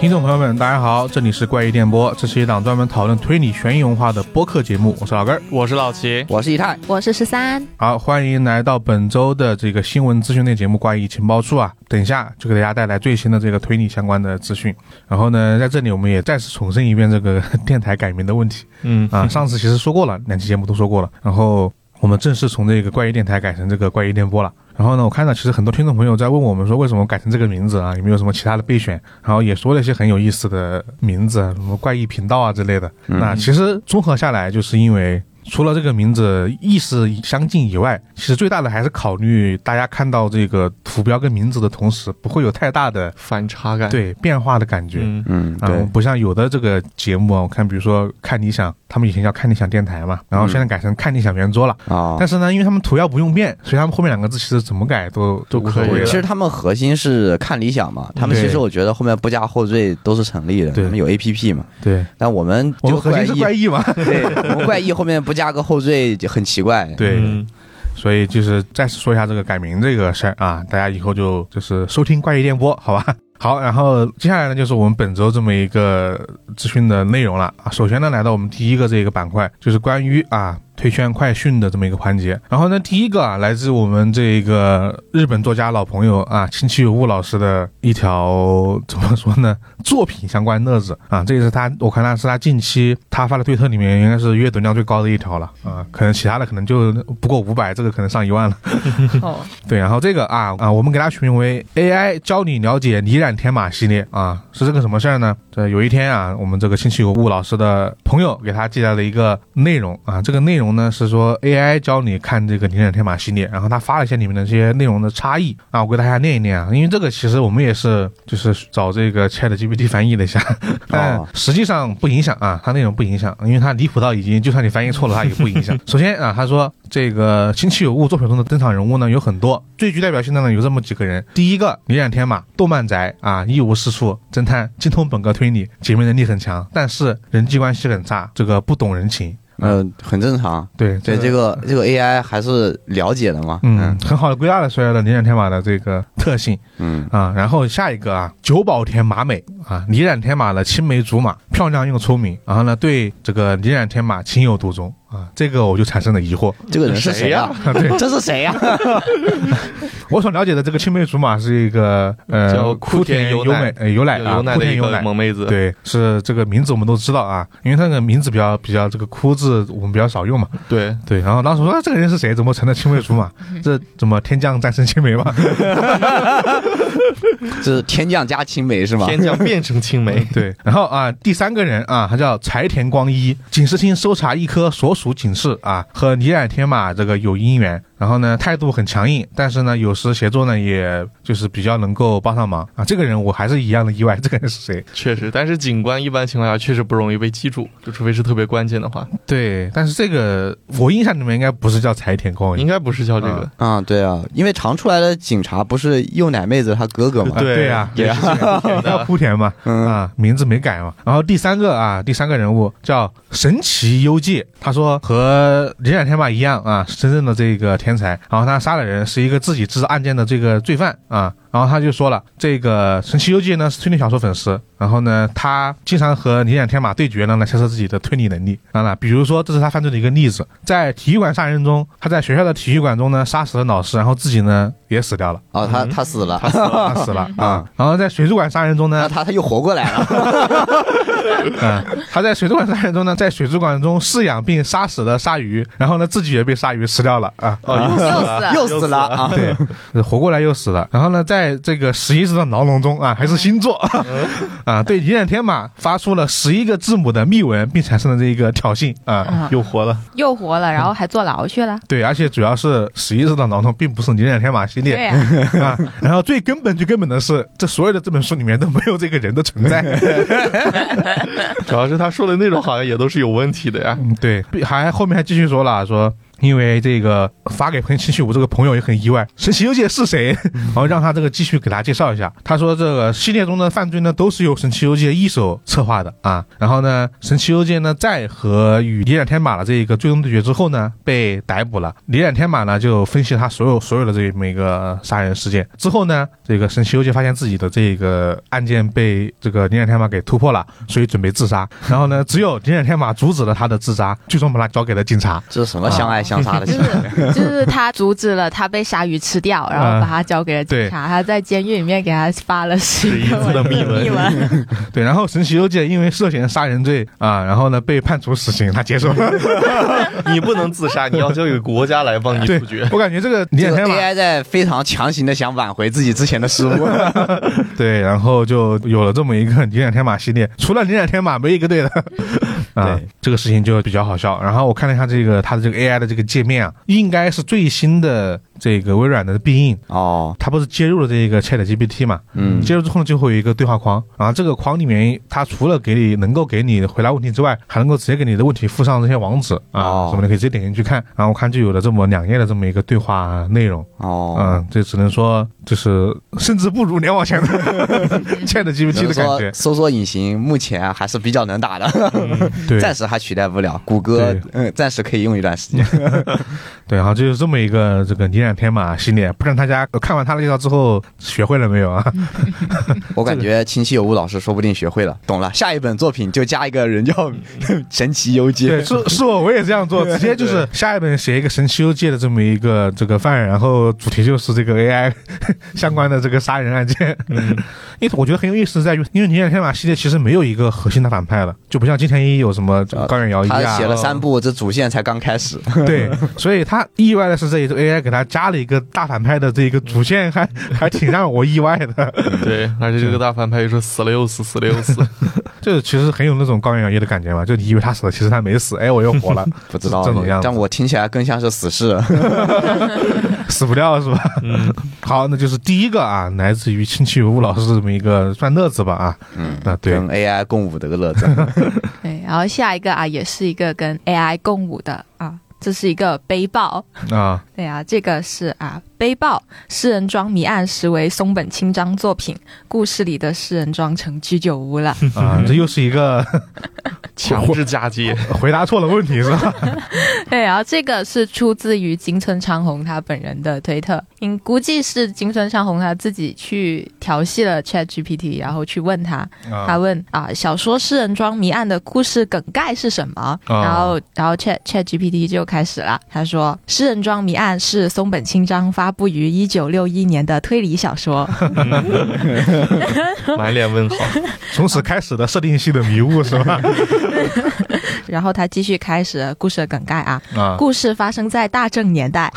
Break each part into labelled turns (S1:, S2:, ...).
S1: 听众朋友们，大家好，这里是怪异电波，这是一档专门讨论推理悬疑文化的播客节目，我是老根儿。
S2: 我是老齐，
S3: 我是以太，
S4: 我是十三，
S1: 好，欢迎来到本周的这个新闻资讯类节目《怪异情报处》啊，等一下就给大家带来最新的这个推理相关的资讯。然后呢，在这里我们也再次重申一遍这个 电台改名的问题
S2: 嗯
S1: 啊，上次其实说过了，两期节目都说过了。然后我们正式从这个怪异电台改成这个怪异电波了。然后呢，我看到其实很多听众朋友在问我们说，为什么改成这个名字啊？有没有什么其他的备选？然后也说了一些很有意思的名字，什么怪异频道啊之类的。那其实综合下来，就是因为除了这个名字意思相近以外，其实最大的还是考虑大家看到这个图标跟名字的同时，不会有太大的
S2: 反差感，，
S1: 对变化的感觉。
S2: 嗯
S3: 嗯，
S1: 啊，
S3: 对，
S1: 不像有的这个节目啊，我看比如说看理想，他们以前叫看理想电台嘛，然后现在改成看理想圆桌了。
S3: 啊
S1: 但，是呢，因为他们图标不用变，所以他们后面两个字其实怎么改都都无所
S2: 可以
S1: 谓
S2: 了
S3: 其实他们核心是看理想嘛，他们其
S1: 嗯对
S3: 实我觉得后面不加后缀都是成立的，他
S1: 对
S3: 们有 A P P 嘛，
S1: 对，
S3: 但我们
S1: 我
S3: 就
S1: 们核心是怪
S3: 异，
S1: 异嘛。
S3: 对，我们怪异后面不加个后缀就很奇怪，
S1: 对，
S2: 嗯
S1: 所以就是再次说一下这个改名这个事儿啊，大家以后就就是收听怪异电波，好吧？ 好，然后接下来呢，就是我们本周这么一个资讯的内容了啊。首先呢，来到我们第一个这个板块，就是关于啊推圈快讯的这么一个环节。然后呢，第一个啊，来自我们这个日本作家老朋友啊星崎有悟老师的一条怎么说呢，作品相关乐子啊，这也是他我看他是他近期他发的推特里面应该是阅读量最高的一条了啊，可能其他的可能就不过五百，这个可能上一万了。
S4: 哦，
S1: 对，然后这个啊啊，我们给它取名为 AI 教你了解泥染天马系列啊，是这个什么事儿呢？这有一天啊，我们这个星期有物老师的朋友给他寄来了一个内容啊，这个内容呢是说 AI 教你看这个泥染天马系列，然后他发了一些里面的这些内容的差异啊，我给大家念一念啊，因为这个其实我们也是就是找这个 ChatGPT 翻译了一下，但
S3: 哦
S1: 实际上不影响啊，它内容不影响，因为它离谱到已经，就算你翻译错了，它也不影 响。首先啊，他说这个《星期有物》作品中的登场人物呢有很多，最具代表性的呢有这么几个人：第一个李冉天马，动漫宅啊，一无是处，侦探，精通本科推理，解密能力很强，但是人际关系很差，这个不懂人情。
S3: 嗯，很正常。
S1: 对
S3: 对这个这个 AI 还是了解的嘛，
S1: 嗯，很好的归纳了出来了李冉天马的这个特性。
S3: 嗯，
S1: 啊，然后下一个啊，久保田麻美啊，李染天马的青梅竹马，漂亮又聪明，然后呢，对这个李染天马情有独钟啊，这个我就产生了疑惑。
S3: 这个人是
S2: 谁
S3: 谁呀
S2: 呀？
S1: 对
S3: 这是谁呀？
S1: 我所了解的这个青梅竹马是一个呃，
S2: 叫
S1: 枯
S2: 枯
S1: 田
S2: 田
S1: 优
S2: 优
S1: 美
S2: 奈
S1: 呃有乃
S2: 有
S1: 啊，
S2: 牛奶
S1: 枯
S2: 的
S1: 田
S2: 一
S1: 优乃
S2: 个。萌妹子，
S1: 对，是这个名字我们都知道啊，因为他那个名字比较比较这个“枯”字我们比较少用嘛。
S2: 对
S1: 对，然后当时说、啊、这个人是谁？怎么成了青梅竹 马？这怎么天降战胜青梅嘛？，
S3: 这是天降加青梅是吗？
S2: 天降变成青梅
S1: 对，然后啊，第三个人啊，他叫柴田光一，警视厅搜查一颗所属警示啊，和李染天马这个有姻缘。然后呢，态度很强硬，但是呢，有时协作呢，也就是比较能够帮上忙啊。这个人我还是一样的意外，这个人是谁？
S2: 确实，但是警官一般情况下确实不容易被记住，就除非是特别关键的话，
S1: 对，但是这个我印象里面应该不是叫柴田光一
S2: 应，该不是叫这个，
S3: 啊，对啊，因为常出来的警察不是幼奶妹子她哥哥吗？
S1: 啊对呀
S2: 也是 挺
S1: 叫
S2: 的，
S1: 枯田嘛，
S3: 嗯
S1: 啊，名字没改嘛。然后第三个啊，第三个人物叫神奇幽界，他说和林染天马一样啊，是真正的这个天才。然后他杀的人是一个自己制案件的这个罪犯啊。然后他就说了，这个神奇幽界呢是推理小说粉丝，然后呢他经常和林染天马对决呢来测试自己的推理能力。当然了，比如说这是他犯罪的一个例子，在体育馆杀人中，他在学校的体育馆中呢杀死了老师，然后自己呢也死掉了，
S3: 啊，她她死了，
S1: 他死了啊。然后在水族馆杀人中呢
S3: 那，她她又活过来了。
S1: 嗯，他在水族馆杀人中呢，在水族馆中饲养并杀死了鲨鱼，然后呢自己也被鲨鱼吃掉了啊。
S2: 哦，又死 了，
S3: 又死了啊！
S1: 对，活过来又死了。然后呢，在这个十一只的牢笼中啊，还是星座 啊，对一染天马发出了十一个字母的密文，并产生了这一个挑衅啊
S4: 嗯，
S1: 又活了。
S4: 又活了，然后还坐牢去了。
S1: 对，而且主要是十一只的牢笼并不是一染天马系列，
S4: 对呀、
S1: 啊，然后最根本最根本的是，这所有的这本书里面都没有这个人的存 在。
S2: 主要是他说的内容好像也都是有问题的呀，
S1: 嗯，对，还后面还继续说了，说。因为这个发给朋友秦启武这个朋友也很意外，神奇游记是谁？然后让他这个继续给大家介绍一下。他说这个系列中的犯罪呢，都是由神奇游记一手策划的啊。然后呢，神奇游记呢，在和与李染天马的这个最终对决之后呢，被逮捕了。李染天马呢，就分析他所有所有的这么一个杀人事件之后呢，这个神奇游记发现自己的这个案件被这个李染天马给突破了，所以准备自杀。然后呢，只有李染天马阻止了他的自杀，最终把他交给了警察。
S3: 这是什么相爱相杀 的
S4: 就
S3: 情
S4: 是
S3: 况？
S4: 就是他阻止了他被鲨鱼吃掉，然后把他交给了警察，他在监狱里面给他发了十一
S2: 11字的 密
S4: 密
S2: 文
S4: 文，
S1: 对，然后神奇游记因为涉嫌杀人罪啊，然后呢被判处死刑，他接受了。
S2: 你不能自 杀，你要交给国家来帮你
S1: 对
S2: 处决。
S1: 我感觉这个李
S3: 这
S1: 染
S3: 个
S1: 天马
S3: AI 在非常强行的想挽回自己之前的失 误。
S1: 对，然后就有了这么一个李染天马系列，除了李染天马没一个对的。啊
S3: 对，
S1: 这个事情就比较好笑。然后我看了一下这个它的这个 AI 的这个界面啊，应该是最新的这个微软的必应，
S3: 哦，
S1: 它不是接入了这个 ChatGPT 嘛？
S3: 嗯，
S1: 接入之后呢，就会有一个对话框，然后这个框里面，它除了给你能够给你回答问题之外，还能够直接给你的问题附上这些网址啊
S3: 哦
S1: 什么的，可以直接点进去看。然后我看就有了这么两页的这么一个对话内容，
S3: 哦，
S1: 嗯，这只能说就是甚至不如联网前的 Chat
S3: 只
S1: GPT
S3: 能
S1: 的感觉
S3: 说，搜索引擎目前还是比较能打的，
S1: 对
S3: 暂时还取代不了。谷歌
S1: 对
S3: 嗯，暂时可以用一段 时间。
S1: 对，然后就是这么一个这个泥染天马系列，不知道大家呃看完他的介绍之后学会了没有啊？
S3: 我感觉清晰有误老师说不定学会了，懂了。下一本作品就加一个人叫 神奇游记。
S1: 对，是是我，我也这样做，直接就是下一本写一个神奇游记的这么一个这个犯人，然后主题就是这个 AI 相关的这个杀人案件。
S2: 嗯，
S1: 因为我觉得很有意思在于，因为《尼尔天马》系列其实没有一个核心的反派了，就不像金田一有什么这个高远遥一
S3: 他
S1: 啊
S3: 写，了三部，这主线才刚开始。
S1: 对，所以他意外的是这一个 AI 给他加了一个大反派的这个主线，还 还挺让我意外的。
S2: 对，而且这个大反派又说死了又死，死了又 死，
S1: 这其实很有那种高远遥一的感觉嘛，就你以为他死了，其实他没死，哎，我又活了，
S3: 不知道
S1: 这种样，子
S3: 但我听起来更像是死侍。
S1: 死不掉是吧？
S2: 嗯，
S1: 好，那就是第一个啊，来自于亲戚吴老师这么一个算乐子吧啊，
S3: 嗯，
S1: 啊对
S3: 跟 AI 共舞的个乐 子。
S4: 对，然后下一个啊，也是一个跟 AI 共舞的啊，这是一个背包。
S1: 啊，
S4: 对啊，这个是啊，背包诗人庄谜案实为松本清张作品，故事里的诗人庄成居酒屋了。
S1: 啊，这又是一个
S2: 强制嫁接。
S1: 回答错了问题是吧？
S4: 对，然后这个是出自于金村昌宏他本人的推特，嗯，估计是金村昌宏他自己去调戏了 Chat GPT，然后去问他，他
S1: 啊，
S4: 问啊，小说《诗人庄谜案》的故事梗概是什么？然后，然后 Chat Chat GPT 就开始了。他说，《诗人庄谜案》是松本清张发布于一九六一年的推理小说。
S2: 满脸问号，
S1: 从此开始的设定系的迷雾是吧？
S4: 然后他继续开始故事的梗概啊，
S1: 啊，
S4: 故事发生在大正年代，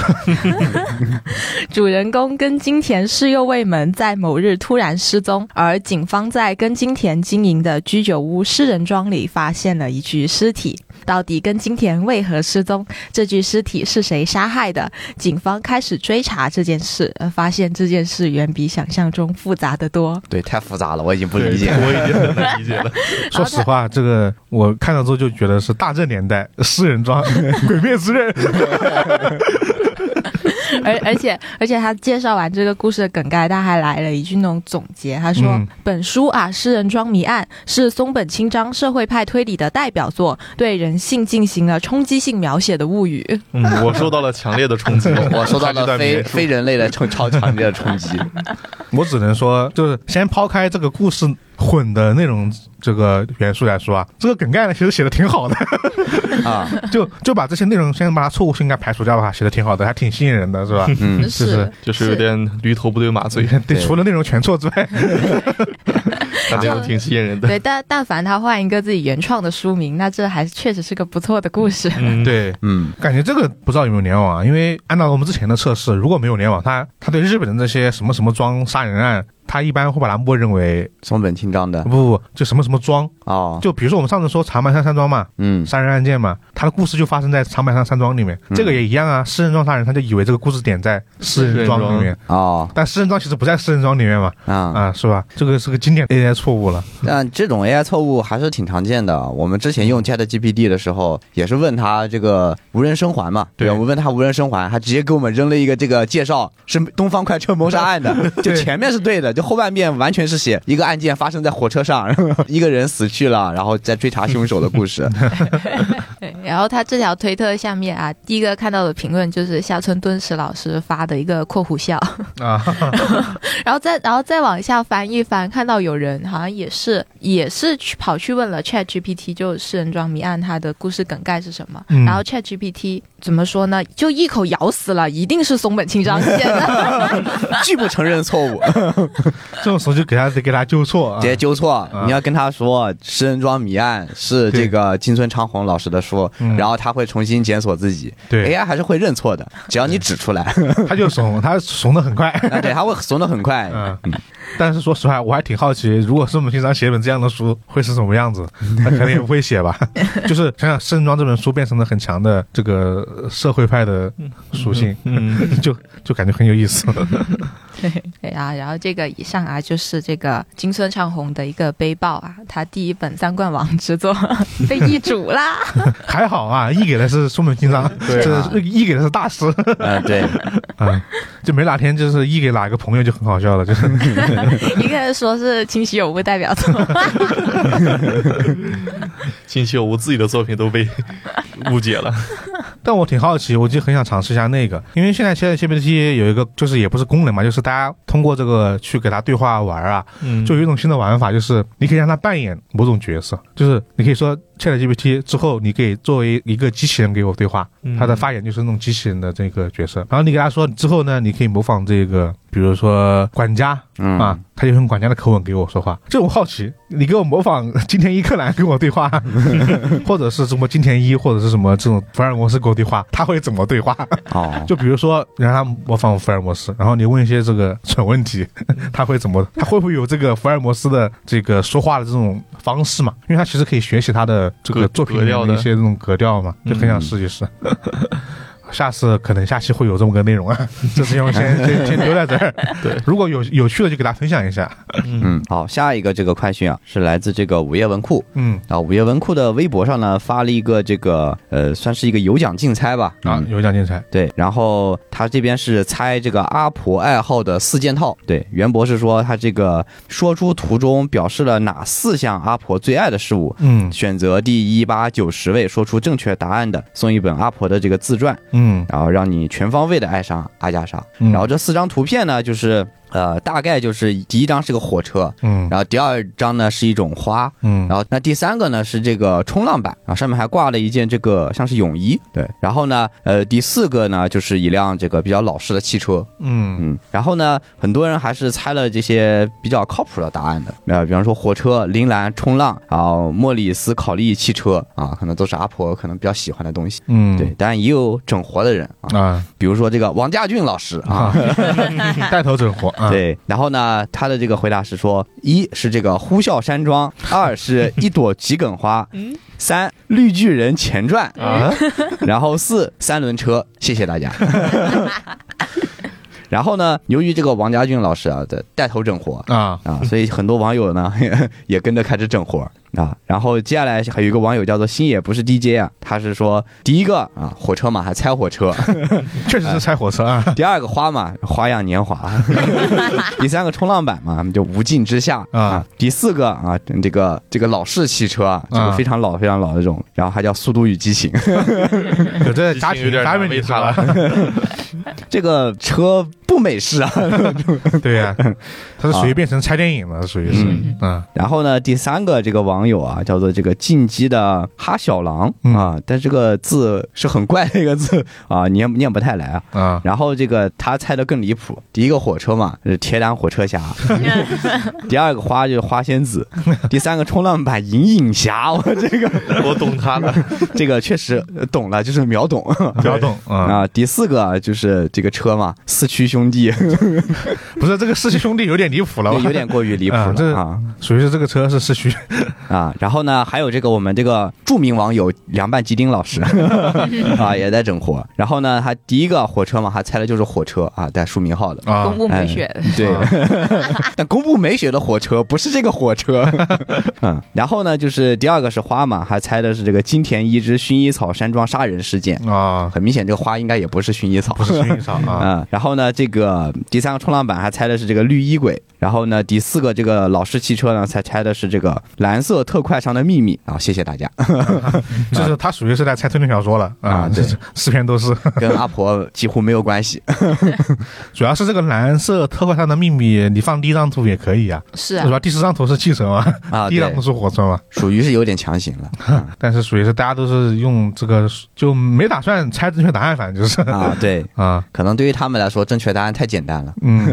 S4: 主人公根津田市右卫门在某日突然失踪，而警方在根津田经营的居酒屋诗人庄里发现了一具尸体。到底根津田为何失踪？这具尸体是谁杀害的？警方开始追查这件事，呃发现这件事远比想象中复杂的多。
S3: 对，太复杂了，我已经不
S2: 对
S3: 理解了。
S2: 我已经很难理解了。
S1: 说实话，这个我看到之后就觉得是大正年代诗人装 鬼灭之刃，
S4: 而而且而且他介绍完这个故事的梗概，他还来了一句那种总结，他说：“
S1: 嗯
S4: 本书啊，《诗人庄谜案》是松本清张社会派推理的代表作，对人性进行了冲击性描写的物语。
S2: 嗯，我受到了强烈的冲 击。
S3: 我受到
S2: 还是
S3: 了
S2: 段
S3: 非
S2: 别
S3: 非人类的 冲超强烈的冲 击。
S1: 我只能说，就是先抛开这个故事混的内容这个元素来说啊，这个梗概呢其实写的挺好的，
S3: 啊，
S1: 就就把这些内容先把它错误性给它排除掉的话，写的挺好的，还挺吸引人的是吧？
S3: 嗯，
S1: 是
S2: 就是有点驴头不对马嘴，
S1: 对，
S3: 对
S1: 除了内容全错之外，
S2: 感觉挺吸引人的。
S4: 对，但但凡他换一个自己原创的书名，那这还确实是个不错的故事。
S2: 嗯，
S1: 对，
S3: 嗯，
S1: 感觉这个不知道有没有联网啊？因为按照我们之前的测试，如果没有联网，它它对日本的这些什么什么庄杀人案他一般会把它默认为
S3: 松本清张的
S1: 不不不，就什么什么庄。
S3: 哦，
S1: 就比如说我们上次说长白山山庄嘛，
S3: 嗯，
S1: 杀人案件嘛，他的故事就发生在长白山山庄里面，这个也一样啊。诗人庄杀人，他就以为这个故事点在诗人庄里面，
S3: 哦，
S1: 但诗人庄其实不在诗人庄里面嘛，
S3: 啊，
S1: 啊，是吧？这个是个经典 AI 错误了。
S3: 但这种 AI 错误还是挺常见的。我们之前用 ChatGPT 的时候，也是问他这个无人生还嘛，
S2: 对
S3: 吧我们问他无人生还，他直接给我们扔了一个这个介绍，是东方快车谋杀案 的，就前面是对的，就后半面完全是写一个案件发生在火车上，一个人死去了，然后再追查凶手的故 事。
S4: 对，然后他这条推特下面啊，第一个看到的评论就是夏村敦史老师发的一个括弧笑，
S1: 啊，
S4: 然后再然后再往下翻一翻，看到有人好像也是也是去跑去问了 Chat GPT，就是《人庄谜案》它的故事梗概是什么，
S1: 嗯
S4: 然后 Chat GPT 怎么说呢？就一口咬死了，一定是松本清张写 的。
S3: 拒不承认错误，
S1: 这种时候就给他得给他纠错啊
S3: 直。接纠错。你要跟他说《诗人庄谜案》是这个金村昌宏老师的书，
S1: 嗯
S3: 然后他会重新检索自己。
S1: 对，
S3: AI 还是会认错的，只要你指出来，
S1: 他就怂，他怂的很快。
S3: 啊对，他会怂得很快。
S1: 嗯，但是说实话，我还挺好奇，如果是我们平常写本这样的书，会是什么样子？ 他肯定也不会写吧？ 就是想想《盛装》这本书变成了很强的这个呃社会派的属性，
S2: 嗯，
S1: 就就感觉很有意思。
S4: 对啊，然后这个以上啊，就是这个金村昌宏的一个背包啊，他第一本三冠王之作 被易主啦。
S1: 还好啊， 一给的是松本清张，
S3: 对啊
S1: 这一给的是大师
S3: 嗯，对，
S1: 啊，就没哪天就是一给哪个朋友就很好笑了， 就是
S4: 一个人说是清晰有物代表作，
S2: 近期有无自己的作品都 被误解了，
S1: 但我挺好奇，我就很想尝试一下那个，因为现在 ChatGPT 有一个就是也不是功能嘛，就是大家通过这个去给它对话玩啊，
S2: 嗯
S1: 就有一种新的玩法，就是你可以让它扮演某种角色，就是你可以说 ChatGPT 之后，你可以作为一个机器人给我对话，
S3: 嗯
S1: 它的发言就是那种机器人的这个角色，然后你给它说之后呢，你可以模仿这个，比如说管家
S3: 嗯
S1: 啊，他就用管家的口吻给我说话，这我好奇，你给我模仿金田一柯南跟我对话， 或者是什么金田一，或者是什么这种福尔摩斯跟我对话，他会怎么对话？
S3: 哦，
S1: 就比如说你让他模仿福尔摩斯，然后你问一些这个蠢问题，
S2: 嗯
S1: 他会怎么？他会不会有这个福尔摩斯的这个说话的这种方式嘛？因为他其实可以学习他的这个
S2: 格
S1: 作品
S2: 格
S1: 里
S2: 调
S1: 面
S2: 的
S1: 一
S2: 嗯
S1: 些这种格调嘛，就很想试一试。 下次可能下期会有这么个内容啊， 这次用先先先丢在这儿。
S2: 对，
S1: 如果有有趣的就给大家分享一下。
S3: 嗯，好，下一个这个快讯啊，是来自这个午夜文库。
S1: 嗯
S3: 啊，午夜文库的微博上呢发了一个这个呃，算是一个有奖竞猜吧。
S1: 啊，
S3: 嗯
S1: 有奖竞猜，
S3: 对，然后他这边是猜这个阿婆爱好的四件套。对，袁博士说他这个说出图中表示了哪四项阿婆最爱的事物，
S1: 嗯
S3: 选择第一八九十位说出正确答案的，送一本阿婆的这个自传，
S1: 嗯
S3: 然后让你全方位的爱上阿加莎。
S1: 嗯
S3: 然后这四张图片呢，就是呃，大概就是第一张是个火车，
S1: 嗯
S3: 然后第二张呢是一种花，
S1: 嗯
S3: 然后那第三个呢是这个冲浪板，然后上面还挂了一件这个像是泳衣，对。然后呢，呃，第四个呢就是一辆这个比较老式的汽车，
S1: 嗯
S3: 嗯。然后呢，很多人还是猜了这些比较靠谱的答案的，呃，比方说火车、铃兰、冲浪，然后莫里斯考利汽车啊，可能都是阿婆可能比较喜欢的东西，
S1: 嗯，
S3: 对。当然也有整活的人啊，
S1: 啊
S3: 比如说这个王家俊老师啊，
S1: 啊， 带头整活啊，
S3: 对，然后呢，他的这个回答是说，一是这个呼啸山庄，二是一朵桔梗花，三绿巨人前传，
S1: 嗯
S2: 啊，
S3: 然后四三轮车。谢谢大家。 然后呢，由于这个王家俊老师啊的带头整活。
S1: 啊，
S3: 啊，所以很多网友呢 也跟着开始整活啊。然后接下来还有一个网友叫做星野不是 DJ 啊，他是说第一个啊火车嘛还猜火车，
S1: 确实
S2: 哎
S1: 是拆火车啊，
S3: 第二个花嘛，花样年华；第三个冲浪板嘛，就无尽之下
S1: 啊
S3: 啊；第四个啊，这个这个老式汽车啊，这个
S1: 啊
S3: 非常老非常老的这种，然后还叫《速度与激情》
S1: 有这
S2: 激
S1: 家
S2: 情
S1: 庭
S2: 有点
S1: 家
S2: 难
S1: 庭
S2: 为
S1: 里
S2: 他
S1: 了。
S2: 了，
S3: 这个车不美式啊。
S1: 对呀、他是属于变成拆电影了，属于是，嗯
S3: 然后呢，第三个这个网友啊，叫做这个进击的哈小狼
S1: 嗯
S3: 啊，但这个字是很怪的一个字啊，念念不太来啊。
S1: 啊，
S3: 然后这个他猜的更离谱，第一个火车嘛是铁胆火车侠，第二个花就是花仙子，第三个冲浪板银影侠，我这个
S2: 我懂他 了，
S3: 这个确呃实懂了，就是秒懂。
S1: 不要动啊，
S3: 啊，第四个就是这个车嘛，四驱兄兄弟，
S1: 不是这个四驱兄弟有点离谱了吧，
S3: 有点过于离谱
S1: 啊这
S3: 了啊
S1: 属于是这个车是四 驱，
S3: 啊！然后呢，还有这个我们这个著名网友凉拌鸡丁老师啊，也在整活。然后呢，他第一个火车嘛，他猜的就是火车啊，带书名号的。
S1: 啊
S4: 公，布美学，
S3: 对
S1: 啊，
S3: 但公布美雪的火车不是这个火车。 嗯，然后呢，就是第二个是花嘛，还猜的是这个金田一之薰衣草山庄杀人事件。
S1: 啊，
S3: 很明显，这个花应该也不是薰衣草，
S1: 不是薰衣草啊，
S3: 嗯，然后呢，这个第三个冲浪板还猜的是这个绿衣鬼，然后呢，第四个这个老式汽车呢，才猜的是这个蓝色特快上的秘密啊！谢谢大 家，
S1: 就是它属于是在猜推理小说了
S3: 啊
S1: 这
S3: 对
S1: 四篇都是，
S3: 跟阿婆几乎没有关系。
S1: 主要是这个蓝色特快上的秘密，你放第一张图也可以啊，
S4: 是
S1: 是
S4: 啊，
S1: 吧？第十张图是汽车嘛，
S3: 啊
S1: 第一张
S3: 对
S1: 图是火车嘛，
S3: 属于是有点强行了
S1: 但是属于是大家都是用这个，就没打算猜正确答案，反正 就是
S3: 啊！对，
S1: 啊，
S3: 可能对于他们来说，正确答案太简单了，
S1: 嗯，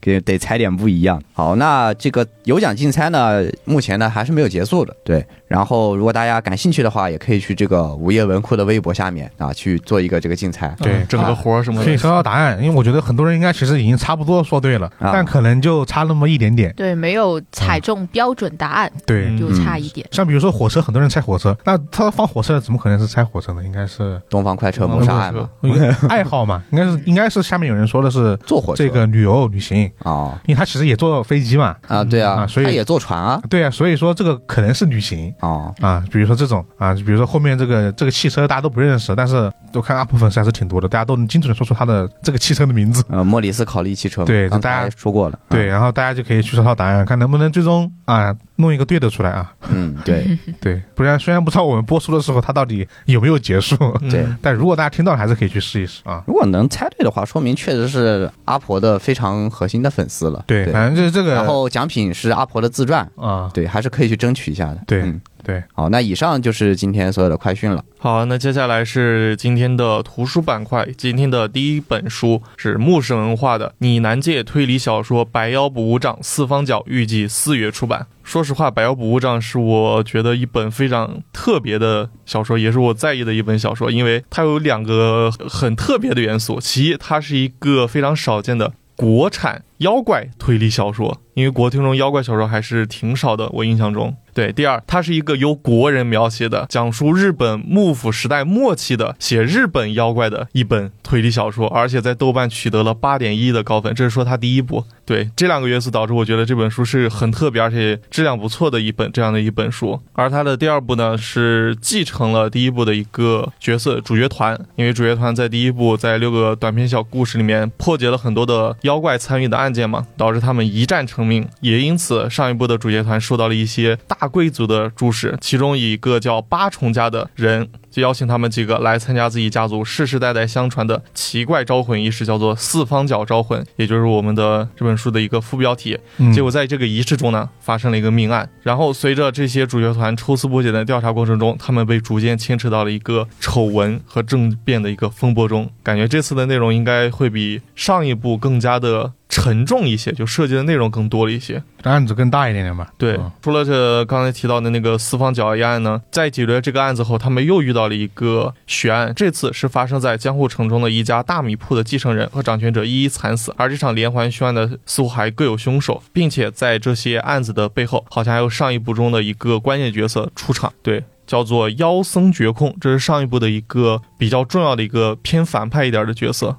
S3: 给得猜点不一样。好，那这个有奖竞猜呢，目前呢还是没有结束的。对，然后如果大家感兴趣的话，也可以去这个午夜文库的微博下面啊，去做一个这个竞猜。
S1: 对
S2: 整个活儿什么
S1: 可以
S2: 的，
S1: 抽到答案，因为我觉得很多人应该其实已经差不多说对了，
S3: 啊
S1: 但可能就差那么一点点。
S4: 对，没有
S1: 嗯
S4: 踩中标准答案，
S1: 对，
S2: 嗯
S4: 就差一点。
S1: 像比如说火车，很多人猜火车，那他放火车怎么可能是猜火车呢？应该是
S3: 东方快车
S2: 东
S3: 谋
S2: 方
S3: 杀
S2: 快
S3: 案
S2: 车
S3: 嘛，
S1: 应该爱好嘛，应该是应该是下面有人说的是
S3: 坐火车
S1: 这个旅游旅行，
S3: 啊
S1: 因为他其实也坐飞机嘛，
S3: 啊，对啊，
S1: 啊所以
S3: 他也坐船啊，
S1: 对啊，所以说这个可能是旅行。
S3: 哦，
S1: 啊，比如说这种啊，比如说后面这个这个汽车大家都不认识，但是我看 UP 粉丝还是挺多的，大家都能精准的说出它的这个汽车的名字。
S3: 呃，莫里斯考利汽车嘛，
S1: 对
S3: 刚
S1: 大家
S3: 才说过了，啊
S1: 对，，然后大家就可以去找到答案，看能不能最终啊弄一个对的出来啊。
S3: 嗯， 对
S1: 对，不然虽然不知道我们播出的时候它到底有没有结束，
S3: 对。
S1: 但如果大家听到了还是可以去试一试啊。
S3: 如果能猜对的话，说明确实是阿婆的非常核心的粉丝了。
S1: 对，反正就是这
S3: 然
S1: 个
S3: 后奖品是阿婆的自传，
S1: 啊，
S3: 对，还是可以去争取一下的。
S1: 对
S3: 嗯，
S1: 对，
S3: 好，那以上就是今天所有的快讯了。
S2: 好，那接下来是今天的图书板块。今天的第一本书是牧神文化的拟南界推理小说《白腰捕物杖》，四方角预计四月出版。说实话，《白腰捕物杖》是我觉得一本非常特别的小说，也是我在意的一本小说，因为它有两个很特别的元素。其一，它是一个非常少见的国产妖怪推理小说，因为国听中妖怪小说还是挺少的，我印象中。对，第二，它是一个由国人描写的，讲述日本幕府时代末期的写日本妖怪的一本推理小说，而且在豆瓣取得了八点一的高分，这是说它第一部。对，这两个元素导致我觉得这本书是很特别，而且质量不错的一本这样的一本书。而它的第二部呢，是继承了第一部的一个角色主角团，因为主角团在第一部在六个短篇小故事里面破解了很多的妖怪参与的案件嘛，导致他们一战成名，也因此上一部的主角团受到了一些大贵族的注视，其中一个叫八重家的人就邀请他们几个来参加自己家族世世代代相传的奇怪招魂仪式，叫做四方角招魂，也就是我们的这本书的一个副标题。
S1: 嗯
S2: 结果在这个仪式中呢，发生了一个命案。然后随着这些主角团抽丝剥茧的调查过程中，他们被逐渐牵扯到了一个丑闻和政变的一个风波中。感觉这次的内容应该会比上一部更加的沉重一些，就涉及的内容更多了一些。
S1: 案子更大一点点吧。
S2: 对
S1: 嗯，
S2: 除了这刚才提到的那个四方角一案呢，在解决这个案子后，他们又遇到了一个悬案，这次是发生在江户城中的一家大米铺的继承人和掌权者一一惨死，而这场连环凶案的似乎还各有凶手，并且在这些案子的背后，好像还有上一部中的一个关键角色出场。对。叫做妖僧绝控，这是上一部的一个比较重要的一个偏反派一点的角色。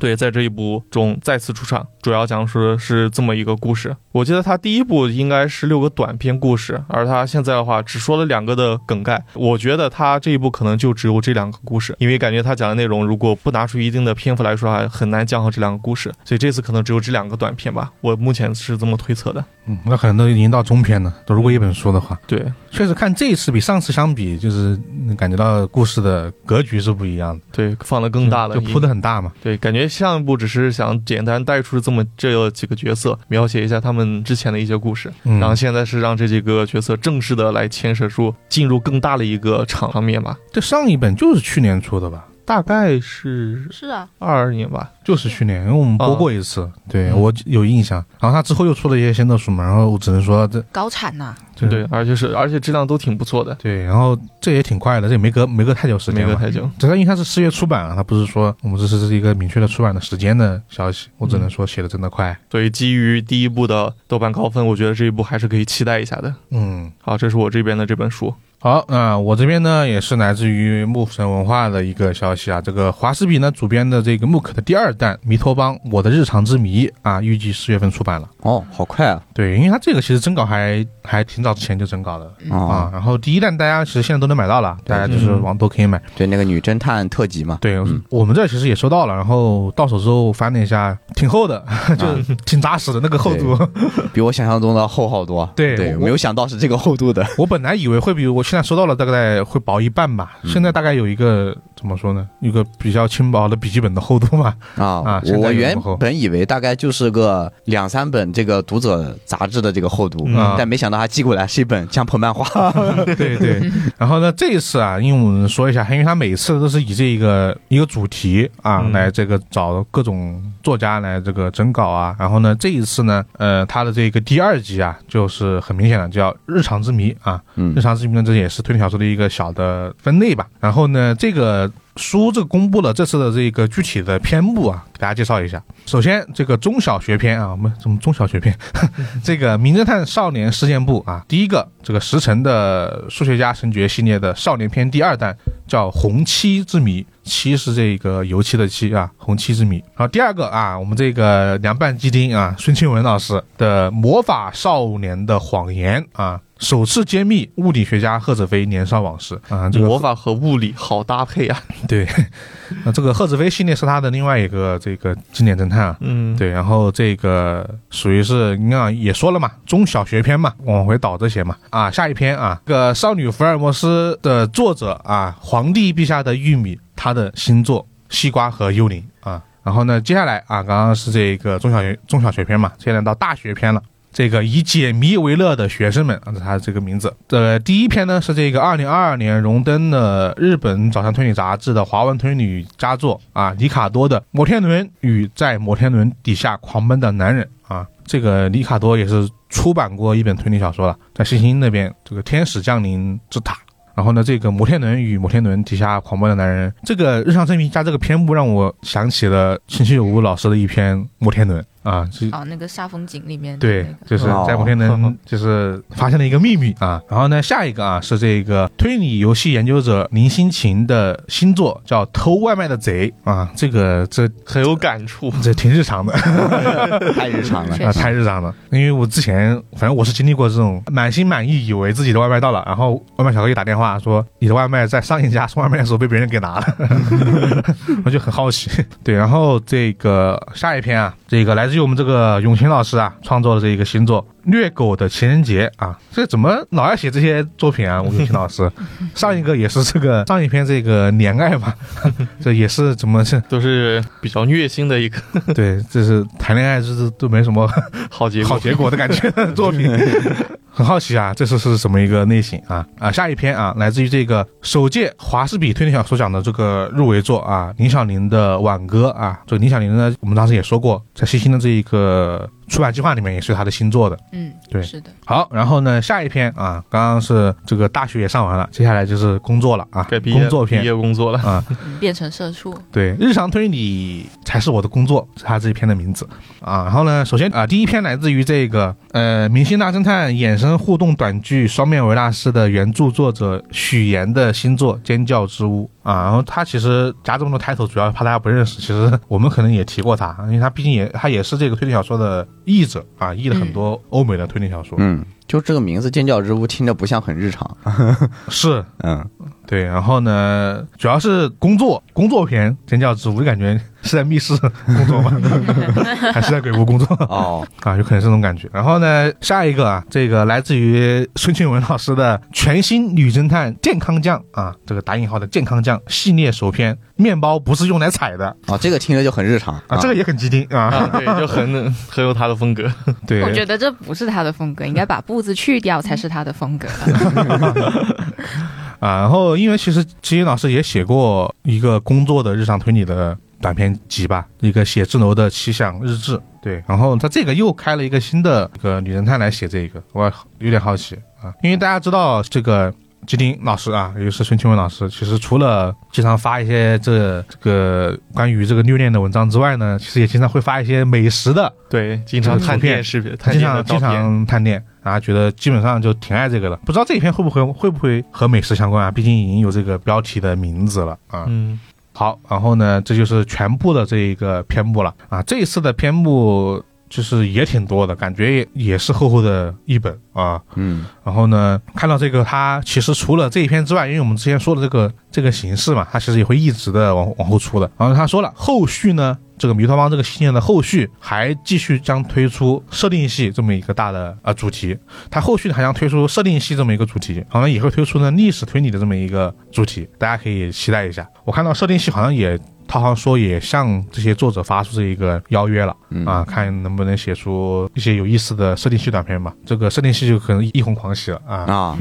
S2: 对，在这一部中再次出场，主要讲述的是这么一个故事。我记得他第一部应该是六个短篇故事，而他现在的话只说了两个的梗概。我觉得他这一部可能就只有这两个故事，因为感觉他讲的内容如果不拿出一定的篇幅来说，还很难讲好这两个故事。所以这次可能只有这两个短片吧，我目前是这么推测的。
S1: 嗯，那可能都已经到中篇了。如果一本书的话，
S2: 对，
S1: 确实看这一次比上次相比，就是嗯感觉到故事的格局是不一样的，
S2: 对，放的更大了，
S1: 嗯就铺的很大嘛。
S2: 对，感觉上一部只是想简单带出这么这几个角色，描写一下他们之前的一些故事，
S1: 嗯
S2: 然后现在是让这几个角色正式的来牵涉出进入更大的一个场面吧。
S1: 这上一本就是去年出的吧？
S2: 大概是
S4: 是啊，
S2: 二二年吧。
S1: 就是去年，因为我们播过一次，对
S2: 嗯
S1: 我有印象。然后他之后又出了一些新的书嘛，然后我只能说这
S4: 高产呐、
S1: 这
S2: 对，而且是而且质量都挺不错的，
S1: 对，然后这也挺快的，这也没隔没隔太久时
S2: 没
S1: 间
S2: 隔
S1: 嘛。
S2: 太久。
S1: 只是因为它是四月出版啊，它不是说我们这是一个明确的出版的时间的消
S2: 嗯
S1: 息，我只能说写的真的快。
S2: 所以基于第一部的豆瓣高分，我觉得这一部还是可以期待一下的。
S1: 嗯，
S2: 好，这是我这边的这本书。
S1: 好，那、我这边呢也是来自于木神文化的一个消息啊，这个华士比呢主编的这个木可的第二弹《弥托邦：我的日常之谜》啊，预计四月份出版了。
S3: 哦，好快啊！
S1: 对，因为它这个其实征稿还还挺早之前就征稿了啊
S3: 哦，，
S1: 然后第一弹大家其实现在都能买到了，大家就是
S2: 嗯
S1: 网都可以买。
S3: 对，那个女侦探特辑嘛，
S1: 对，我们这其实也收到了，然后到手之后翻了一下，挺厚的， 就挺扎实的那个厚度。
S3: 比我想象中的厚好多。
S1: 对
S3: 对，
S1: 我
S3: 没有想到是这个厚度的。
S1: 我本来以为会比我现在收到了大概会薄一半吧，现在大概有一个怎么说呢，一个比较轻薄的笔记本的厚度嘛。 啊
S3: 啊，
S1: 现在
S3: 我我
S1: 有
S3: 原
S1: 那么厚
S3: 本以为大概就是个两三本这个读者杂志的这个厚度，
S1: 嗯
S3: 但没想到他寄过来是一本江鹏 漫画。
S1: 对对。然后呢，这一次啊，因为我们说一下，因为他每次都是以这一个一个主题啊、
S2: 嗯
S1: 来这个找各种作家来这个征稿啊。然后呢，这一次呢，呃，他的这个第二集啊，就是很明显的叫《日常之谜》啊，
S3: 嗯
S1: 日常之谜呢，这也是推理小说的一个小的分类吧。然后呢，这个书这个公布了这次的这个具体的篇目啊，给大家介绍一下。首先，这个中小学篇啊，我们怎么中小学篇？ 这个《名侦探少年事件簿》啊，第一个这个石城的数学家神诀系列的少年篇第二弹叫《红漆之谜》，漆是这个油漆的漆啊，《红漆之谜》。然后第二个啊，我们这个凉拌鸡丁啊，孙庆文老师的《魔法少年的谎言》啊。首次揭秘物理学家赫子飞年少往事啊，这个
S2: 魔法和物理好搭配啊。
S1: 对，那这个赫子飞系列是他的另外一个这个经典侦探啊，
S2: 嗯，
S1: 对，然后这个属于是你看也说了嘛，中小学篇嘛，往回倒这些嘛啊，下一篇啊，这个少女福尔摩斯的作者啊，皇帝陛下的玉米，他的新作《西瓜和幽灵》啊，然后呢，接下来啊，刚刚是这个中小学中小学篇嘛，接下来到大学篇了。这个以解谜为乐的学生们，啊，这是他的这个名字。呃，第一篇呢是这个二零二二年荣登的日本早上推理杂志的华文推理佳作啊，里卡多的《摩天轮与啊在摩天轮底下狂奔的男人》啊，这个里卡多也是出版过一本推理小说了，在星星那边这个《天使降临之塔》。然后呢，这个摩天轮与摩天轮底下狂奔的男人，这个日常生平加这个篇目让我想起了星期五老师的一篇《摩天轮》啊，这
S4: 哦，那个下风景里面的
S1: 对
S4: 那个，
S1: 就是在摩天 轮就是哦发现了一个秘密啊。然后呢，下一个啊是这个推理游戏研究者林心晴的新作叫《偷外卖的贼》啊，这个这
S2: 很有感触。
S1: 这挺日常的
S3: 太日常了
S4: 确
S1: 啊，
S4: 实
S1: 太日常了。因为我之前反正我是经历过这种满心满意以为自己的外卖到了，然后外卖小哥一打电话说你的外卖在上一家送外卖的时候被别人给拿了， 我就很好奇。 对，然后这个下一篇啊，这个来自于我们这个永清老师啊创作的这一个新作《虐狗的情人节》啊，这怎么老要写这些作品啊？我们永清老 师上一个也是这个上一篇这个恋爱嘛， 这也是怎么是
S2: 都是比较虐心的一个
S1: 对，这是谈恋爱就是都没什么。
S2: 好结果。
S1: 好结果的感觉 作 品。很好奇啊，这次是什么一个类型啊？啊，下一篇啊，来自于这个首届华士比推理小说奖的这个入围作啊，林小林的《挽歌》啊。这个林小林呢，我们当时也说过，在西星的这一个出版计划里面也是他的新作的。
S4: 嗯，
S1: 对
S4: 是的，
S1: 好，然后呢，下一篇啊，刚刚是这个大学也上完了，接下来就是工作了啊，
S2: 该毕业
S1: 工作
S2: 毕
S1: 篇
S2: 业 工作了。
S1: 啊，
S4: 嗯变成社畜，
S1: 对，日常推理才是我的工作，是他这一篇的名字啊。然后呢，首先啊、第一篇来自于这个呃《明星大侦探》衍生互动短剧《双面维纳斯》的原著作者许岩的新作《尖叫之屋》啊。然后他其实加这么多 title，主要怕大家不认识。其实我们可能也提过他，因为他毕竟也他也是这个推理小说的译者啊，译了很多欧美的推理小说。
S3: 嗯，就这个名字“尖叫之屋”听着不像很 日常。
S1: 是
S3: 嗯，
S1: 对，然后呢，主要是工作工作篇《尖叫之屋》，就感觉是在密室工作 吗？ 还是在鬼屋工作？
S3: 哦，
S1: 啊，有可能是这种感觉。然后呢，下一个啊，这个来自于孙庆文老师的全新女侦探健康酱啊，这个打引号的健康酱系列首篇，面包不是用来踩的
S3: 哦，这个听着就很日常
S1: 啊，这个也很激进啊，
S2: 啊，对，就很很有他的风格。
S1: 对，
S4: 我觉得 这不是他的风格，应该把“步”字去掉才是他的风格。
S1: 啊。然后，因为其实齐秦老师也写过一个工作的日常推理的短篇集吧，一个写字楼的奇想日志。对，然后他这个又开了一个新的一个女侦探来写这个，我有点好奇啊，因为大家知道这个吉丁老师啊，也就是孙清文老师，其实除了经常发一些这这个关于这个虐恋的文章之外呢，其实也经常会发一些美食的
S2: 对，经常
S1: 这个
S2: 探
S1: 图片
S2: 店视频，
S1: 他
S2: 探
S1: 经
S2: 店的
S1: 常
S2: 照
S1: 经
S2: 片，
S1: 常探店，然后觉得基本上就挺爱这个的。不知道这一篇会不会会不会和美食相关啊？毕竟已经有这个标题的名字了啊。
S2: 嗯，
S1: 好，然后呢，这就是全部的这一个篇目了啊。这一次的篇目就是也挺多的，感觉也也是厚厚的一本啊。
S3: 嗯，
S1: 然后呢，看到这个，它其实除了这一篇之外，因为我们之前说的这个这个形式嘛，它其实也会一直的往往后出的。然后他说了，后续呢，这个《迷团帮》这个系列的后续还继续将推出设定系这么一个大的啊、呃主题，它后续还将推出设定系这么一个主题，好像也会推出呢历史推理的这么一个主题，大家可以期待一下。我看到设定系好像也。他好像说也向这些作者发出这一个邀约了、啊，看能不能写出一些有意思的设定系短片吧。这个设定系就可能一红狂喜了啊。
S3: 啊，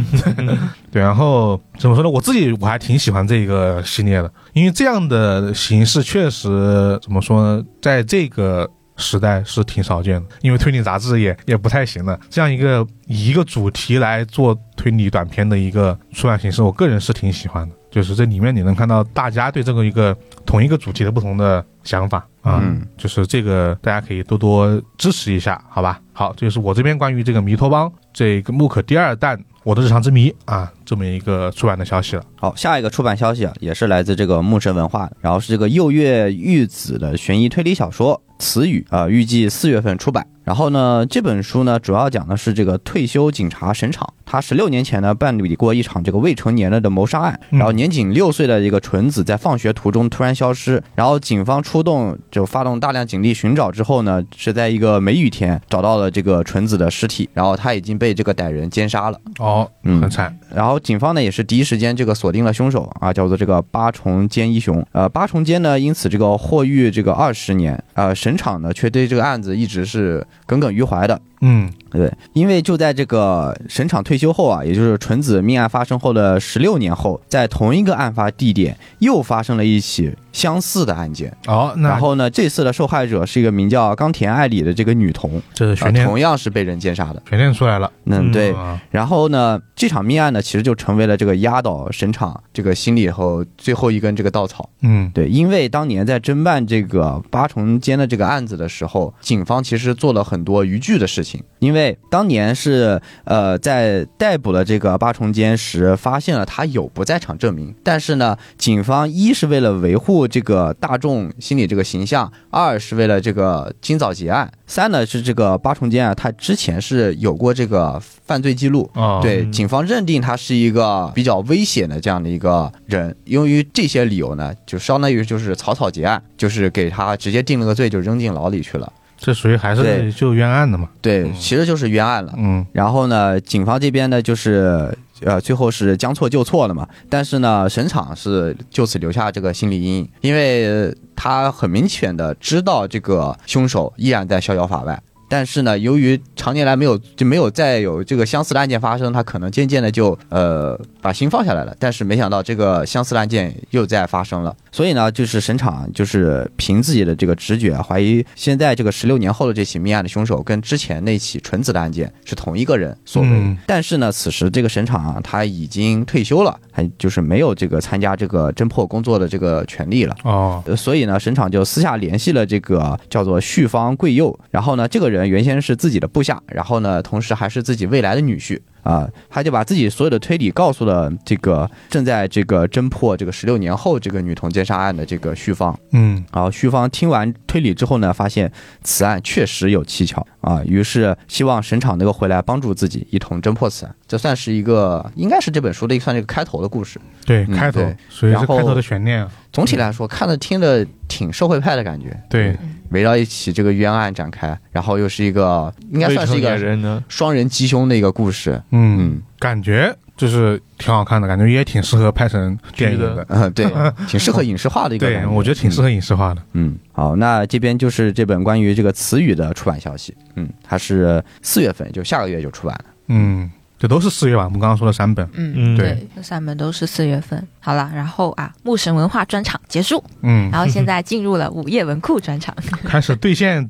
S1: 对，然后怎么说呢？我自己我还挺喜欢这个系列的，因为这样的形式确实怎么说呢，在这个时代是挺少见的，因为推理杂志也也不太行了。这样一个以一个主题来做推理短片的一个出版形式，我个人是挺喜欢的。就是这里面你能看到大家对这个一个同一个主题的不同的想法啊，
S3: 嗯
S1: 就是这个大家可以多多支持一下，好吧？好，这就是我这边关于这个《弥托邦》这个木可第二弹《我的日常之谜》啊这么一个出版的消息了。
S3: 好，下一个出版消息啊，也是来自这个木神文化，然后是这个右月玉子的悬疑推理小说《词语》啊、预计四月份出版。然后呢，这本书呢，主要讲的是这个退休警察沈场，他十六年前呢办理过一场这个未成年人的谋杀案，
S1: 嗯
S3: 然后年仅六岁的一个纯子在放学途中突然消失，然后警方出动就发动大量警力寻找之后呢，是在一个梅雨天找到了这个纯子的尸体，然后他已经被这个歹人奸杀了。
S1: 哦，
S3: 嗯
S1: 很惨，
S3: 然后警方呢也是第一时间这个锁定了凶手啊，叫做这个八重间一雄。呃，八重间呢因此这个获狱这个二十年，呃，沈场呢却对这个案子一直是耿耿于怀的。
S1: 嗯
S3: 对，因为就在这个沈场退休后啊，也就是纯子命案发生后的十六年后，在同一个案发地点又发生了一起相似的案件。
S1: 哦，那
S3: 然后呢，这次的受害者是一个名叫冈田爱里的这个女童，
S1: 这
S3: 啊
S1: 悬念
S3: 同样是被人奸杀的。
S1: 悬念出来了，
S3: 嗯，
S2: 嗯
S3: 对，
S1: 啊
S3: 然后呢，这场命案呢，其实就成为了这个压倒沈场这个心里头最后一根这个稻草。
S1: 嗯
S3: 对，因为当年在侦办这个八重间的这个案子的时候，警方其实做了很多逾矩的事情。因为当年是呃，在逮捕了这个八重间时，发现了他有不在场证明，但是呢，警方一是为了维护这个大众心理这个形象，二是为了这个今早结案，三呢是这个八重间啊，他之前是有过这个犯罪记录，
S1: 哦，
S3: 对，
S2: 嗯
S3: 警方认定他是一个比较危险的这样的一个人，由于这些理由呢，就相当于就是草草结案，就是给他直接定了个罪，就扔进牢里去了。
S1: 这属于还是
S3: 对
S1: 就冤案的嘛，
S3: 对
S1: 嗯，
S3: 其实就是冤案了。
S1: 嗯
S3: 然后呢，警方这边呢就是。呃，最后是将错就错了嘛，但是呢，沈场是就此留下这个心理阴影，因为他很明显的知道这个凶手依然在逍遥法外，但是呢，由于常年来没有就没有再有这个相似的案件发生，他可能渐渐的就呃把心放下来了，但是没想到这个相似的案件又再发生了，所以呢，就是沈场就是凭自己的这个直觉怀疑，现在这个十六年后的这起命案的凶手跟之前那起纯子的案件是同一个人所为，
S1: 嗯
S3: 但是呢，此时这个沈场啊，他已经退休了，还就是没有这个参加这个侦破工作的这个权利了。
S1: 哦
S3: 呃所以呢，沈场就私下联系了这个叫做旭方贵佑，然后呢，这个人原先是自己的部下，然后呢，同时还是自己未来的女婿啊、他就把自己所有的推理告诉了这个正在这个侦破这个十六年后这个女童奸杀案的这个旭方。
S1: 嗯
S3: 然后旭方听完推理之后呢，发现此案确实有蹊跷啊，于是希望沈场能够回来帮助自己一同侦破此案。这算是一个，应该是这本书的一个算是一个开头的故事。
S1: 对，
S3: 嗯
S1: 开头
S3: 对
S1: 属于是
S3: 然后嗯
S1: 开头的悬念啊，
S3: 总体来说，看着听着挺社会派的感觉，
S1: 对，
S3: 围绕一起这个冤案展开，然后又是一个应该
S2: 未
S3: 算是
S2: 成
S3: 一
S2: 年
S3: 个
S2: 人呢，
S3: 双人鸡胸的一个故事。
S1: 嗯，
S3: 嗯
S1: 感觉就是挺好看的，感觉也挺适合拍成电影
S2: 剧
S1: 的
S2: 的，
S3: 嗯，对，挺适合影视化的一个感
S1: 对，我觉得挺适合影视化的。
S3: 嗯。嗯，好，那这边就是这 本关于这个词语的出版消息。嗯，它是四月份，就下个月就出版了。
S1: 嗯，这都是四月吧？我们刚刚说的三本，
S4: 嗯，
S2: 嗯
S4: 对，这三本都是四月份。好了，然后啊，木神文化专场 结束，
S1: 嗯，
S4: 然后现在进入了午夜文库专场。
S1: 开始兑现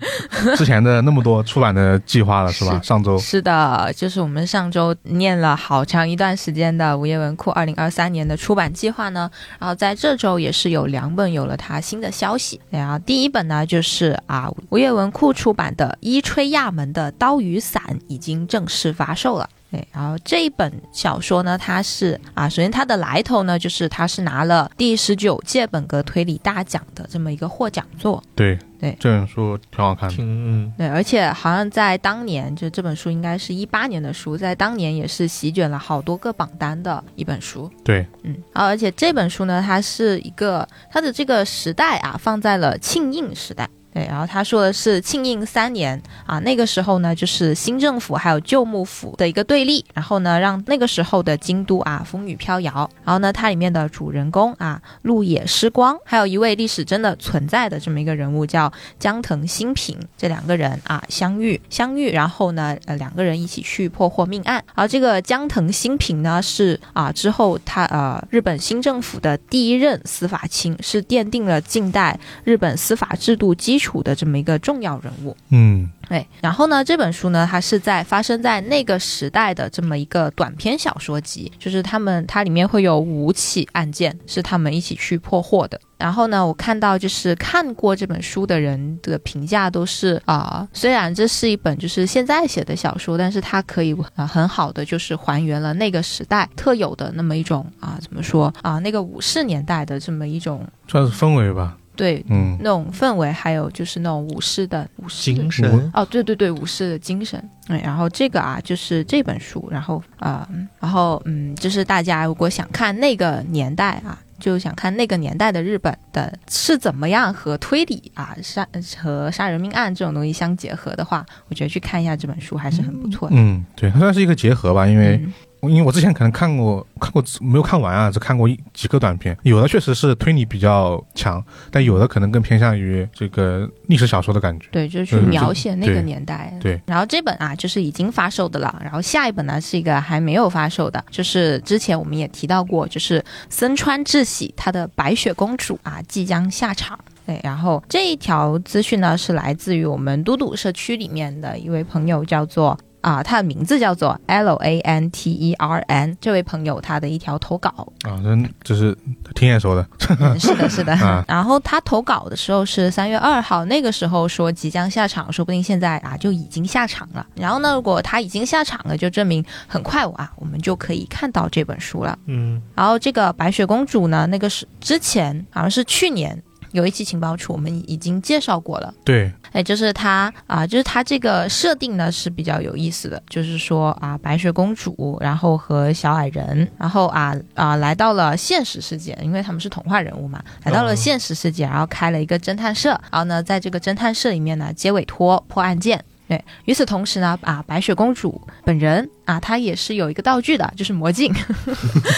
S1: 之前的那么多出版的计划了，是吧？上周，
S4: 是的，就是我们上周念了好长一段时间的《午夜文库》二零二三年的出版计划呢，然后在这周也是有两本有了它新的消息。然后第一本呢，就是啊，午夜文库出版的《伊吹亚门的刀与伞》已经正式发售了。对，然后这一本小说呢，它是啊，首先它的来头呢，就是它是拿了第十九届本格推理大奖的这么一个获奖作，
S1: 对
S4: 对
S1: 这本书挺好看的，
S2: 挺嗯
S4: 对，而且好像在当年，就这本书应该是一八年的书，在当年也是席卷了好多个榜单的一本书。
S1: 对，
S4: 嗯，啊而且这本书呢，它是一个它的这个时代啊，放在了庆应时代。对，然后他说的是庆应三年啊，那个时候呢，就是新政府还有旧幕府的一个对立，然后呢，让那个时候的京都啊风雨飘摇。然后呢，它里面的主人公啊，鹿野诗光，还有一位历史真的存在的这么一个人物叫江藤新平这两个人啊相遇，相遇，然后呢，呃，两个人一起去破获命案。而这个江藤新平呢，是啊之后他呃日本新政府的第一任司法卿，是奠定了近代日本司法制度基础的这么一个重要人物。
S1: 嗯，
S4: 对，然后呢，这本书呢，它是在发生在那个时代的这么一个短篇小说集，就是他们它里面会有五起案件是他们一起去破获的。然后呢，我看到就是看过这本书的人的评价都是啊、虽然这是一本就是现在写的小说，但是它可以啊、很好的就是还原了那个时代特有的那么一种啊、怎么说啊、那个武士年代的这么一种
S1: 算是氛围吧，
S4: 对
S1: 嗯，
S4: 那种氛围，还有就是那种武士的武士
S2: 精
S1: 我
S2: 神，
S4: 哦，对对对，武士的精神。嗯，然后这个啊，就是这本书，然后呃，嗯然后嗯，就是大家如果想看那个年代啊，就想看那个年代的日本的是怎么样和推理啊杀和杀人命案这种东西相结合的话，我觉得去看一下这本书还是很不错的。
S1: 嗯，对，它算是一个结合吧，因为
S4: 嗯
S1: 因为我之前可能看过看过没有看完啊，只看过一几个短片，有的确实是推理比较强，但有的可能更偏向于这个历史小说的感觉。
S4: 对，就是去
S1: 嗯
S4: 描写那个
S1: 对
S4: 年代。
S1: 对
S4: 然后这本啊，就是已经发售的了。然后下一本呢是一个还没有发售的，就是之前我们也提到过，就是森川智喜他的《白雪公主》啊即将下场。对，然后这一条资讯呢是来自于我们嘟嘟社区里面的一位朋友，叫做。啊，他的名字叫做 L A N T E R N，这位朋友他的一条投稿，
S1: 啊，真就是挺眼熟的。
S4: 嗯是的，是的
S1: 啊。
S4: 然后他投稿的时候是三月二号，那个时候说即将下场，说不定现在啊就已经下场了。然后呢，如果他已经下场了，就证明很快啊，我们就可以看到这本书了。
S2: 嗯
S4: 然后这个白雪公主呢，那个是之前好像是去年。有一期情报处，我们已经介绍过了。
S1: 对，
S4: 哎，就是它啊、就是它这个设定呢是比较有意思的，就是说啊，白雪公主，然后和小矮人，然后啊啊来到了现实世界，因为他们是童话人物嘛，来到了
S2: 哦
S4: 现实世界，然后开了一个侦探社，然后呢，在这个侦探社里面呢接委托破案件。对，与此同时呢，啊，白雪公主本人啊，她也是有一个道具的，就是魔镜。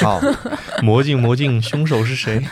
S3: 好，
S2: 魔镜魔镜，凶手是谁？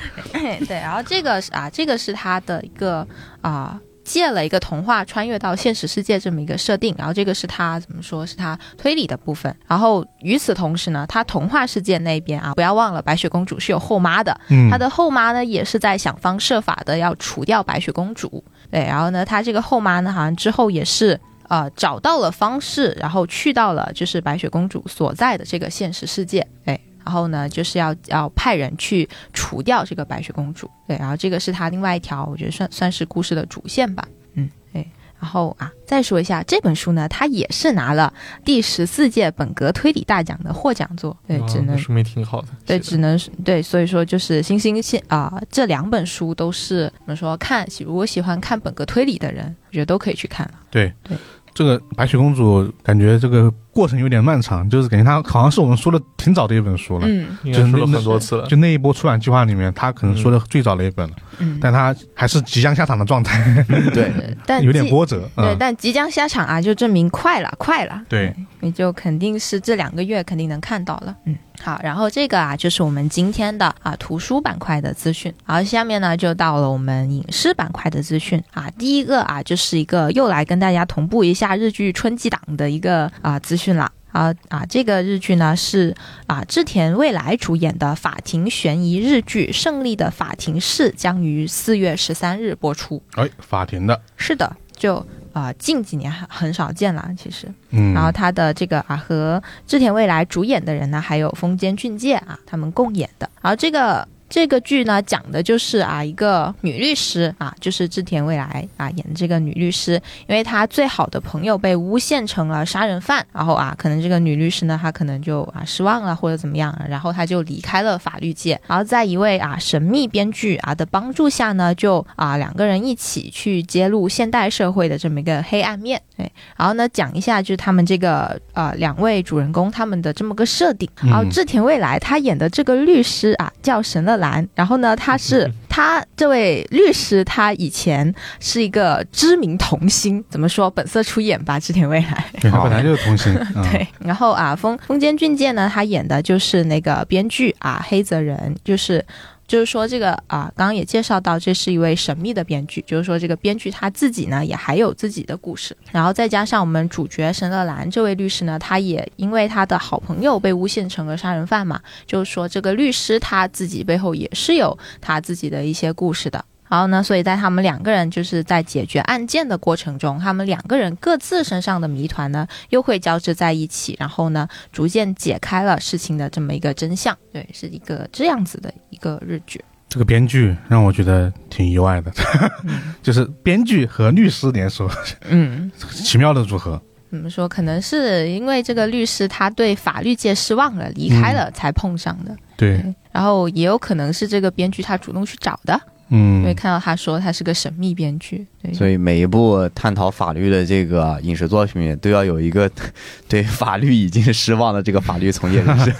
S4: 对，然后这个是啊，这个是他的一个啊。借了一个童话穿越到现实世界这么一个设定，然后这个是他怎么说是他推理的部分。然后与此同时呢，他童话世界那边啊，不要忘了白雪公主是有后妈的，
S1: 嗯，
S4: 她的后妈呢也是在想方设法的要除掉白雪公主。对，然后呢，她这个后妈呢，好像之后也是呃找到了方式，然后去到了就是白雪公主所在的这个现实世界。对。然后呢，就是要要派人去除掉这个白雪公主，对，然后这个是她另外一条，我觉得算算是故事的主线吧，嗯，对。然后啊，再说一下这本书呢，它也是拿了第十四届本格推理大奖的获奖作，对，
S2: 啊
S4: 只能
S2: 那说明挺好的。
S4: 对，
S2: 写
S4: 只能是对，所以说就是星星现啊、这两本书都是怎么说看，喜如果喜欢看本格推理的人，我觉得都可以去看了。
S1: 对
S4: 对
S1: 这个白雪公主感觉这个过程有点漫长，就是感觉它好像是我们说的挺早的一本书了。
S4: 嗯
S2: 的应该说了很多次了。
S1: 就那一波出版计划里面，它可能说的最早的一本了，
S4: 嗯，
S1: 但它还是即将下场的状态，
S3: 对，
S4: 对但
S1: 有点
S4: 即
S1: 波折。
S4: 对，
S1: 嗯，
S4: 但即将下场啊，就证明快了，快了。
S1: 对，
S4: 你就肯定是这两个月肯定能看到了。嗯，好，然后这个啊，就是我们今天的啊图书板块的资讯。然后下面呢，就到了我们影视板块的资讯啊。第一个啊，就是一个又来跟大家同步一下日剧春季档的一个啊资讯了。啊啊，这个日剧呢是啊织田未来主演的法庭悬疑日剧《胜利的法庭室》，将于四月十三日播出。
S1: 哎，法庭的，
S4: 是的，就啊、近几年很很少见了，其实。
S1: 嗯，
S4: 然后他的这个啊和织田未来主演的人呢，还有丰间俊介啊，他们共演的。然后这个这个剧呢，讲的就是啊一个女律师啊，就是织田未来啊演的这个女律师，因为她最好的朋友被诬陷成了杀人犯，然后啊可能这个女律师呢，她可能就啊失望了或者怎么样，然后她就离开了法律界，然后在一位啊神秘编剧啊的帮助下呢，就啊两个人一起去揭露现代社会的这么一个黑暗面，对。然后呢，讲一下就是他们这个呃两位主人公他们的这么个设定。
S1: 嗯
S4: 然后志田未来他演的这个律师啊叫神乐兰，然后呢他是他这位律师他以前是一个知名童星，怎么说本色出演吧，志田未来。
S1: 对他本来就是 童星，嗯
S4: 对，然后啊，风风间俊介呢，他演的就是那个编剧啊，黑泽仁，就是。就是说，这个啊，刚刚也介绍到，这是一位神秘的编剧。就是说，这个编剧他自己呢，也还有自己的故事。然后再加上我们主角神乐兰这位律师呢，他也因为他的好朋友被诬陷成了杀人犯嘛，就是说这个律师他自己背后也是有他自己的一些故事的。然后呢，所以在他们两个人就是在解决案件的过程中，他们两个人各自身上的谜团呢，又会交织在一起，然后呢，逐渐解开了事情的这么一个真相。对，是一个这样子的一个日剧。
S1: 这个编剧让我觉得挺意外的， 就是编剧和律师联手，
S4: 嗯，
S1: 奇妙的组合。
S4: 怎么嗯说？可能是因为这个律师他对法律界失望了，离开
S1: 嗯
S4: 了才碰上的。
S1: 对，
S4: 然后也有可能是这个编剧他主动去找的，因为
S1: 嗯，
S4: 看到他说他是个神秘编剧。对，
S3: 所以每一部探讨法律的这个影视作品，都要有一个 对法律已经失望的这个法律从业人士。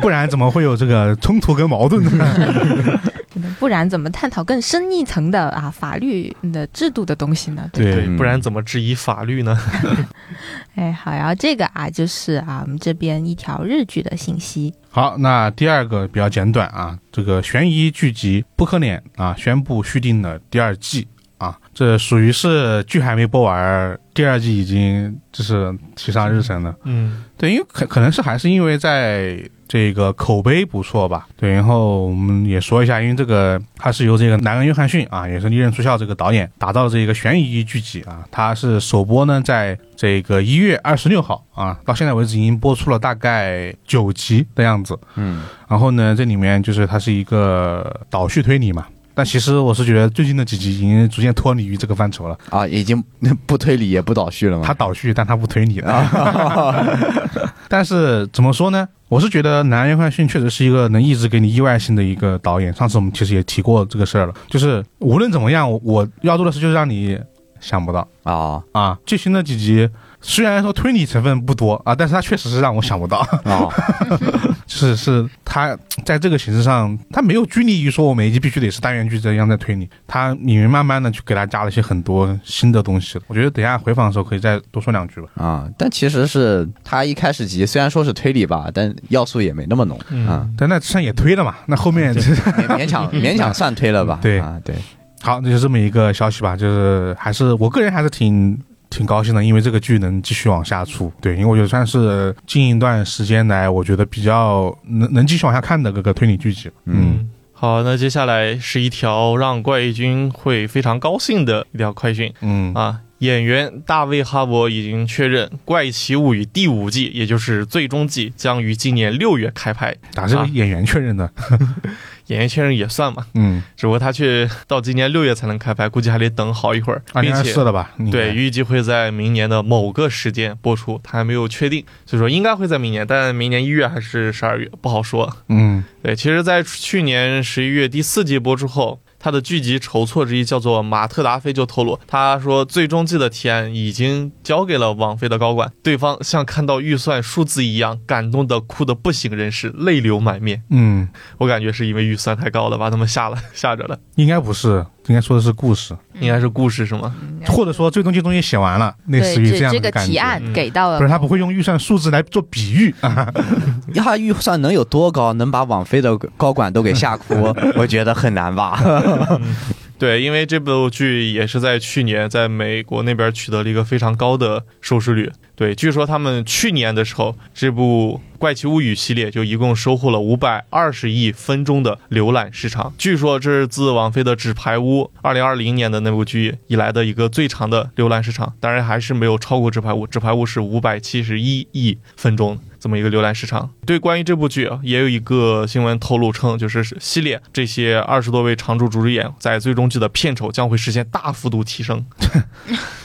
S1: 不然怎么会有这个冲突跟矛盾呢？
S4: 不然怎么探讨更深一层的啊法律的制度的东西呢？对吧
S1: 对
S2: 对，
S3: 嗯
S2: 不然怎么质疑法律呢？
S4: 哎，好，然后这个啊，就是啊，我们这边一条日剧的信息。
S1: 好，那第二个比较简短啊，这个悬疑剧集《不可脸》啊，宣布续订了第二季啊，这属于是剧还没播完，第二季已经就是提上日程了。
S2: 嗯，
S1: 对，因为可可能是还是因为在这个口碑不错吧。对，然后我们也说一下，因为这个它是由这个南恩·约翰逊啊，也是《利刃出鞘》这个导演打造的这个悬疑剧集啊，它是首播呢在这个一月二十六号啊，到现在为止已经播出了大概九集的样子。
S3: 嗯，
S1: 然后呢，这里面就是它是一个倒叙推理嘛。但其实我是觉得最近的几集已经逐渐脱离于这个范畴了，
S3: 啊，已经不推理也不倒叙了吗？
S1: 它倒叙，但它不推理了。 但是怎么说呢？我是觉得南约翰逊确实是一个能一直给你意外性的一个导演。上次我们其实也提过这个事儿了，就是无论怎么样，我我要做的事就是让你想不到
S3: 啊
S1: 啊。最新的几集虽然说推理成分不多啊，但是它确实是让我想不到，
S3: 啊，
S1: 是是它在这个形式上，它没有拘泥于说我每一集必须得是单元剧这样在推理，它里面慢慢的去给它加了一些很多新的东西。我觉得等一下回访的时候可以再多说两句吧。
S3: 啊、但其实是他一开始集，虽然说是推理吧，但要素也没那么浓
S2: 嗯
S3: 啊、
S1: 但那之前也推了嘛，那后面就是
S3: 勉勉强勉强算推了吧。
S1: 对
S3: 啊，对，
S1: 好，那就这么一个消息吧，就是还是我个人还是挺挺高兴的，因为这个剧能继续往下出，对，因为我觉得算是近一段时间来，我觉得比较能能继续往下看的各个推理剧集。
S3: 嗯，
S2: 好，那接下来是一条让怪异君会非常高兴的一条快讯
S1: 嗯，
S2: 啊！演员大卫·哈勃已经确认，《怪奇物语》第五季，也就是最终季，将于今年六月开拍。
S1: 打这个
S2: 啊
S1: 演员确认的，
S2: 演员确认也算嘛，
S1: 嗯，
S2: 只不过他却到今年六月才能开拍，估计还得等好一会儿，
S1: 二
S2: 并
S1: 零二
S2: 且
S1: 四了吧？啊应该
S2: 对，，预计会在明年的某个时间播出，他还没有确定，所以说应该会在明年，但明年一月还是十二月不好说。
S1: 嗯
S2: 对，其实，在去年十一月第四季播出后，他的剧集筹措之一叫做马特达菲就透露，他说最终季的提案已经交给了网飞的高管，对方像看到预算数字一样，感动的哭得不省人事，泪流满面。
S1: 嗯，
S2: 我感觉是因为预算太高了，把他们吓了吓着了，
S1: 应该不是，应该说的是故事，
S2: 应该是故事是吗？
S1: 或者说最终季东西写完了，类似于
S4: 对，这
S1: 样
S4: 这
S1: 的
S4: 个
S1: 感
S4: 提
S1: 觉。嗯
S4: 案给到了
S1: 不是他不会用预算数字来做比喻啊，
S3: 他预算能有多高，能把网飞的高管都给吓哭？我觉得很难吧。
S2: 对，因为这部剧也是在去年在美国那边取得了一个非常高的收视率。对，据说他们去年的时候，这部《怪奇物语》系列就一共收获了五百二十亿分钟的浏览时长。据说这是自王菲的《纸牌屋》二零二零年的那部剧以来的一个最长的浏览时长，当然还是没有超过《纸牌屋》，《纸牌屋》是五百七十一亿分钟。这么一个浏览时长。对，关于这部剧啊，也有一个新闻透露称，就是系列这些二十多位常驻主演在最终剧的片酬将会实现大幅度提升。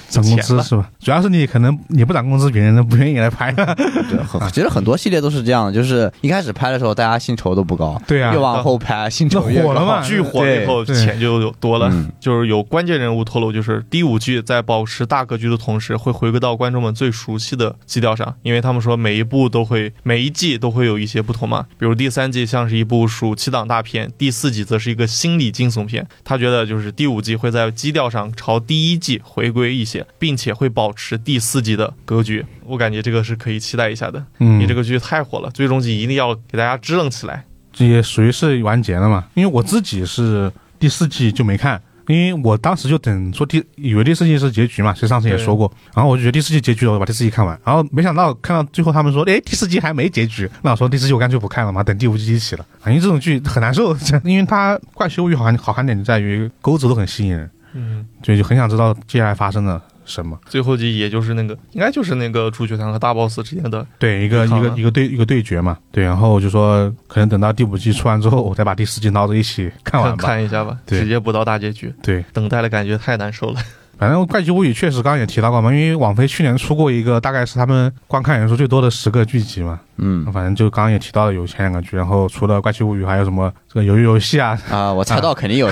S1: 涨工
S2: 钱
S1: 资
S2: 了
S1: 是吧？主要是你可能你不涨工资，别人都不愿意来拍。
S3: 对，很其实很多系列都是这样，就是一开始拍的时候大家薪酬都不高，
S1: 对 啊
S3: 越往后拍薪酬越
S1: 那火了
S3: 高
S1: 嘛。
S2: 剧火了以后，
S1: 啊对
S2: 钱就有多了
S3: 嗯。
S2: 就是有关键人物透露，就是第五季在保持大格局的同时，会回归到观众们最熟悉的基调上，因为他们说每一部都会，每一季都会有一些不同嘛。比如第三季像是一部暑期档大片，第四季则是一个心理惊悚片。他觉得就是第五季会在基调上朝第一季回归一些，并且会保持第四季的格局。我感觉这个是可以期待一下的。
S1: 嗯
S2: 你这个剧太火了，最终季一定要给大家支棱起来。
S1: 这也属于是完结了嘛。因为我自己是第四季就没看，因为我当时就等说第以为第四季是结局嘛，其实上次也说过，然后我就觉得第四季结局了，我把第四季看完，然后没想到看到最后他们说，哎，第四季还没结局，那我说第四季我干脆不看了嘛，等第五季一起了。啊因为这种剧很难受， 因为它怪奇物语好看好看点就在于钩子都很吸引人，
S2: 嗯。
S1: 就就很想知道接下来发生了什么。
S2: 最后集也就是那个，应该就是那个朱雀堂和大 boss 之间的，
S1: 对，一个
S2: 对抗
S1: 一个
S2: 了
S1: 一个对一个对决嘛，对，然后就说可能等到第五季出完之后，我再把第四季捞着一起看完
S2: 看
S1: 吧。
S2: 看一下吧，
S1: 对
S2: 直接补到大结局，
S1: 对，
S2: 等待的感觉太难受了。
S1: 反正《怪奇物语》确实刚刚也提到过嘛，因为网飞去年出过一个大概是他们观看人数最多的十个剧集嘛，
S3: 嗯
S1: 反正就刚刚也提到了有前两个剧，然后除了《怪奇物语》还有什么这个《鱿鱼游戏》啊，
S3: 啊，我猜到肯定有，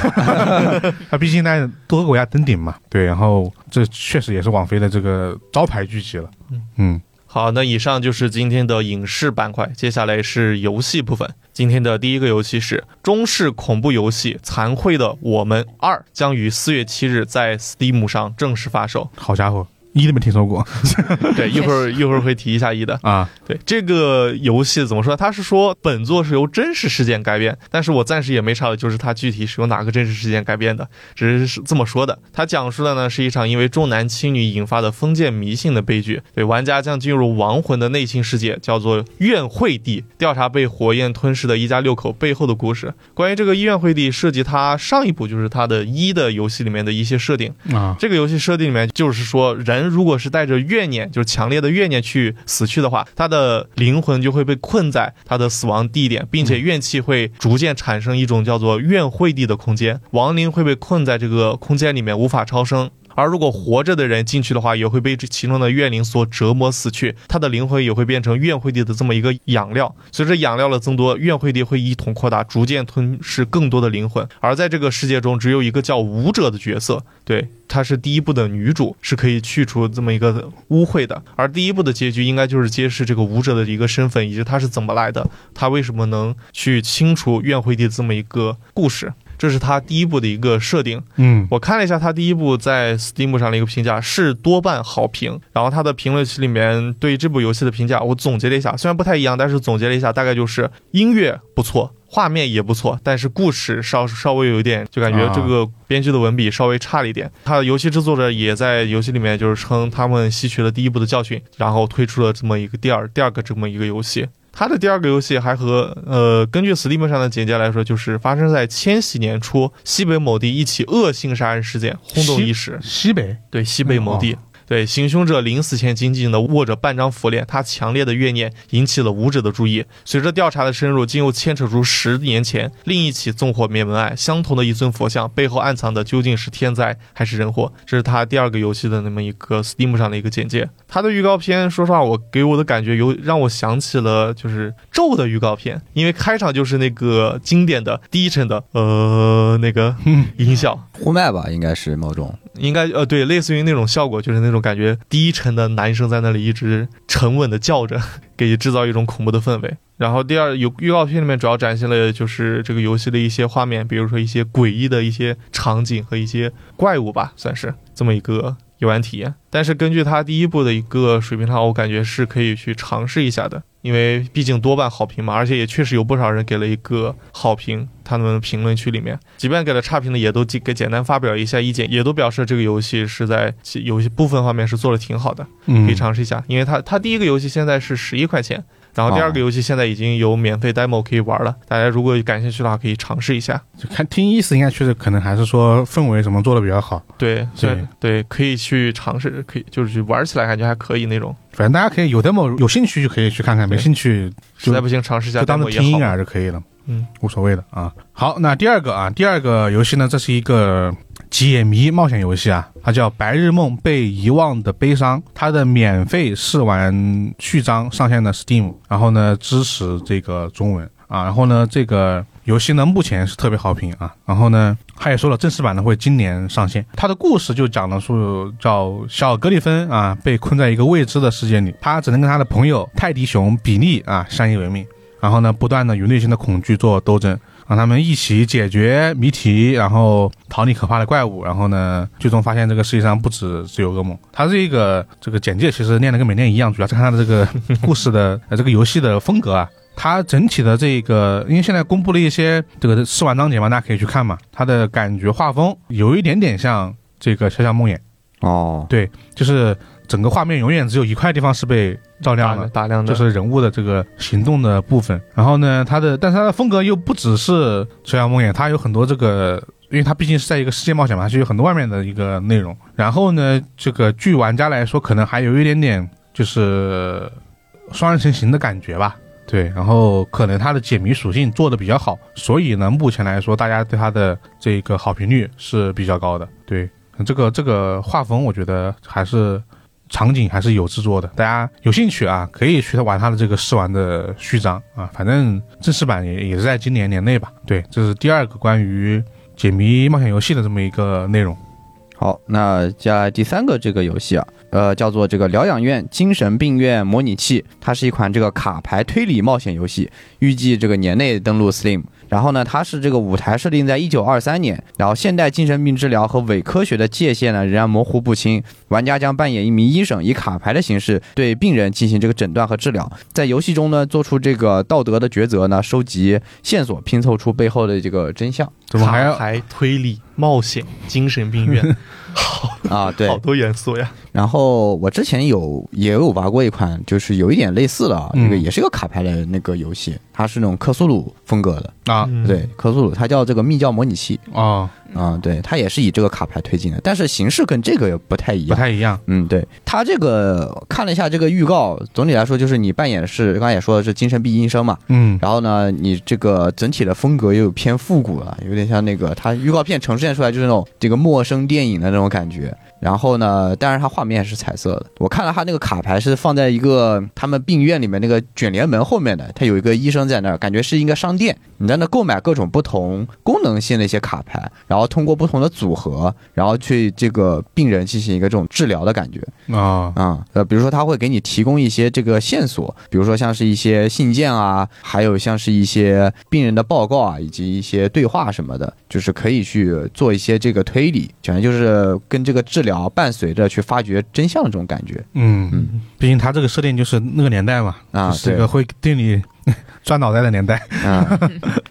S1: 它毕竟在多个国家登顶嘛，对，然后这确实也是网飞的这个招牌剧集了，嗯，
S2: 好，那以上就是今天的影视板块，接下来是游戏部分。今天的第一个游戏是中式恐怖游戏《残酷的我们二》，将于四月七日在 Steam 上正式发售。
S1: 好家伙，一都没听说过
S2: 对，一会儿一会儿会提一下一的。
S1: 啊，
S2: 对这个游戏怎么说？它是说本作是由真实事件改编，但是我暂时也没查到就是它具体是由哪个真实事件改编的，只是这么说的。它讲述的呢是一场因为重男轻女引发的封建迷信的悲剧。对，玩家将进入亡魂的内心世界，叫做怨惠地，调查被火焰吞噬的一家六口背后的故事。关于这个怨惠地，涉及它上一部就是它的一的游戏里面的一些设定。
S1: 啊，
S2: 这个游戏设定里面就是说，人如果是带着怨念，就是强烈的怨念去死去的话，他的灵魂就会被困在他的死亡地点，并且怨气会逐渐产生一种叫做怨惠地的空间，亡灵会被困在这个空间里面无法超生。而如果活着的人进去的话，也会被这其中的怨灵所折磨死去，他的灵魂也会变成怨惠帝的这么一个养料。随着养料的增多，怨惠帝会一同扩大，逐渐吞噬更多的灵魂。而在这个世界中，只有一个叫舞者的角色，对，她是第一部的女主，是可以去除这么一个污秽的。而第一部的结局应该就是揭示这个舞者的一个身份，以及她是怎么来的，她为什么能去清除怨惠帝这么一个故事。这是她第一部的一个设定，
S1: 嗯，
S2: 我看了一下他第一部在 Steam 上的一个评价是多半好评，然后他的评论区里面对这部游戏的评价，我总结了一下，虽然不太一样，但是总结了一下，大概就是音乐不错，画面也不错，但是故事稍稍微有一点，就感觉
S1: 啊
S2: 这个编剧的文笔稍微差了一点。他的游戏制作者也在游戏里面就是称他们吸取了第一部的教训，然后推出了这么一个第二第二个这么一个游戏。它的第二个游戏还和呃，根据 Steam 上的简介来说，就是发生在千禧年初西北某地一起恶性杀人事件，轰动一时。
S1: 西北
S2: 对西北某地。对，行凶者临死前紧紧地握着半张佛脸，他强烈的怨念引起了舞者的注意。随着调查的深入，竟又牵扯出十年前另一起纵火灭门案，相同的一尊佛像背后暗藏的究竟是天灾还是人祸？这是他第二个游戏的那么一个 Steam 上的一个简介。他的预告片，说实话，我给我的感觉有让我想起了就是咒的预告片，因为开场就是那个经典的低沉的呃那个音效，
S3: 呼麦吧，应该是某种
S2: 应该呃对，类似于那种效果，就是那种感觉低沉的男生在那里一直沉稳的叫着，给制造一种恐怖的氛围。然后第二，有预告片里面主要展现了就是这个游戏的一些画面，比如说一些诡异的一些场景和一些怪物吧，算是这么一个游玩体验。但是根据它第一部的一个水平上，我感觉是可以去尝试一下的。因为毕竟多半好评嘛，而且也确实有不少人给了一个好评。他们评论区里面，即便给了差评的，也都给简单发表一下意见，也都表示这个游戏是在其有些部分方面是做的挺好的，可以
S1: 嗯，
S2: 尝试一下。因为它它第一个游戏现在是十一块钱，然后第二个游戏现在已经有免费 demo 可以玩了，大家如果感兴趣的话可以尝试一下。
S1: 就看听意思，应该确实可能还是说氛围什么做的比较好。
S2: 对，对对，可以去尝试，可以就是去玩起来感觉还可以那种，
S1: 反正大家可以有 demo 有兴趣就可以去看看，没
S2: 对
S1: 兴趣
S2: 实在不行尝试一下
S1: 就当
S2: demo
S1: 做
S2: 也
S1: 听音
S2: 好。
S1: 耳就可以了，
S2: 嗯，
S1: 无所谓的啊。好，那第二个啊，第二个游戏呢，这是一个解谜冒险游戏啊，它叫《白日梦被遗忘的悲伤》，它的免费试玩序章上线了 Steam，然后呢支持这个中文啊，然后呢这个。游戏呢，目前是特别好评啊。然后呢，他也说了，正式版呢会今年上线。他的故事就讲的是叫小格里芬啊，被困在一个未知的世界里，他只能跟他的朋友泰迪熊比利啊相依为命。然后呢，不断的与内心的恐惧做斗争，让他们一起解决谜题，然后逃离可怕的怪物，然后呢，最终发现这个世界上不止只有噩梦。它这个这个简介其实念的跟没念一样，主要是看它的这个故事的呃这个游戏的风格啊。它整体的这个，因为现在公布了一些这个试玩章节嘛，大家可以去看嘛。它的感觉画风有一点点像这个《小小梦魇》，
S3: 哦，
S1: 就是整个画面永远只有一块地方是被照亮
S2: 大
S1: 的
S2: 量，大量的
S1: 就是人物的这个行动的部分。然后呢，它的但是它的风格又不只是《水漾梦魇》，它有很多这个，因为它毕竟是在一个世界冒险嘛，它就有很多外面的一个内容。然后呢，这个据玩家来说，可能还有一点点就是双人成行的感觉吧。对，然后可能它的解谜属性做的比较好，所以呢，目前来说，大家对它的这个好评率是比较高的。对，这个这个画风，我觉得还是场景还是有制作的，大家有兴趣啊，可以去玩它的这个试玩的序章啊，反正正式版也也是在今年年内吧。对，这是第二个关于解谜冒险游戏的这么一个内容。
S3: 好，那接下来第三个这个游戏啊，呃，叫做这个疗养院精神病院模拟器，它是一款这个卡牌推理冒险游戏，预计这个年内登陆 Steam。然后呢，它是这个舞台设定在一九二三年，然后现代精神病治疗和伪科学的界限呢仍然模糊不清。玩家将扮演一名医生，以卡牌的形式对病人进行这个诊断和治疗。在游戏中呢，做出这个道德的抉择呢，收集线索，拼凑出背后的这个真相
S1: 怎么还
S2: 卡
S1: 要
S2: 牌推理、冒险、精神病院，好
S3: 啊。 对，
S2: 好多元素呀。
S3: 然后我之前有也有玩过一款，就是有一点类似的啊，
S1: 嗯
S3: 这个也是个卡牌的那个游戏，它是那种克苏鲁风格的，
S1: 啊
S2: 嗯
S3: 对，克苏鲁它叫这个密教模拟器
S1: 哦，
S3: 啊、对，它也是以这个卡牌推进的，但是形式跟这个也不太一
S1: 不
S3: 样。
S1: 太一样。
S3: 嗯，对，它这个看了一下这个预告，总体来说就是你扮演的是刚才也说的是精神病医生嘛，
S1: 嗯，
S3: 然后呢，你这个整体的风格又有偏复古了，有点像那个它预告片呈现出来啊就是那种这个陌生电影的那种感觉。然后呢，当然它画面是彩色的。我看了它那个卡牌是放在一个他们病院里面那个卷帘门后面的，它有一个医生在那儿，感觉是一个商店。你在那购买各种不同功能性的一些卡牌，然后通过不同的组合，然后去这个病人进行一个这种治疗的感觉。
S1: 啊、
S3: 啊、呃，比如说他会给你提供一些这个线索，比如说像是一些信件啊，还有像是一些病人的报告啊，以及一些对话什么的，就是可以去做一些这个推理，全就是跟这个治疗伴随着去发掘真相的这种感觉
S1: 嗯，
S3: 嗯
S1: 毕竟它这个设定就是那个年代嘛，
S3: 啊，
S1: 就是
S3: 对
S1: 一个会对你钻脑袋的年代。
S3: 啊，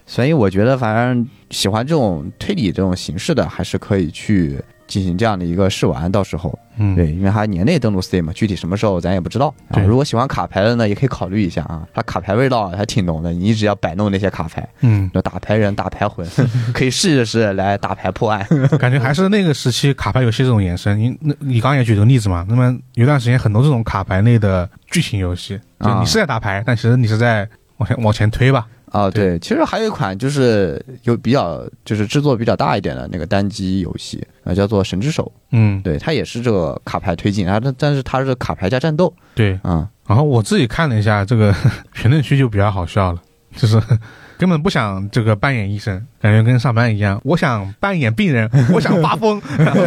S3: 所以我觉得反正喜欢这种推理这种形式的，还是可以去进行这样的一个试玩，到时候。
S1: 嗯，
S3: 对，因为它年内登陆 Steam，具体什么时候咱也不知道。啊
S1: 对
S3: 如果喜欢卡牌的呢，也可以考虑一下啊，它卡牌味道还挺浓的，你一直要摆弄那些卡牌，
S1: 嗯，
S3: 就打牌人、打牌魂， 可以试试来打牌破 案。
S1: 感觉还是那个时期卡牌游戏这种延伸。你那你刚刚也举了个例子嘛，那么有段时间很多这种卡牌类的剧情游戏，就
S3: 啊
S1: 你是在打牌，但其实你是在往前往前推吧。
S3: 啊，对，其实还有一款就是有比较就是制作比较大一点的那个单机游戏，啊、叫做《神之手》，
S1: 嗯，
S3: 对，它也是这个卡牌推进，然后它但是它是卡牌加战斗
S1: 对。
S3: 啊、
S1: 然后我自己看了一下这个 评论区就比较好笑了，就是 根本不想这个扮演医生，感觉跟上班一样。我想扮演病人，我想发 疯，然后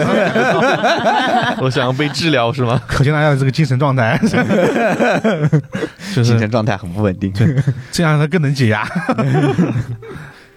S2: 我想要被治疗是吗？
S1: 可见大家的这个精神状态， 就
S3: 精
S1: 是
S3: 神状态很不稳定。
S1: 这样他更能解压。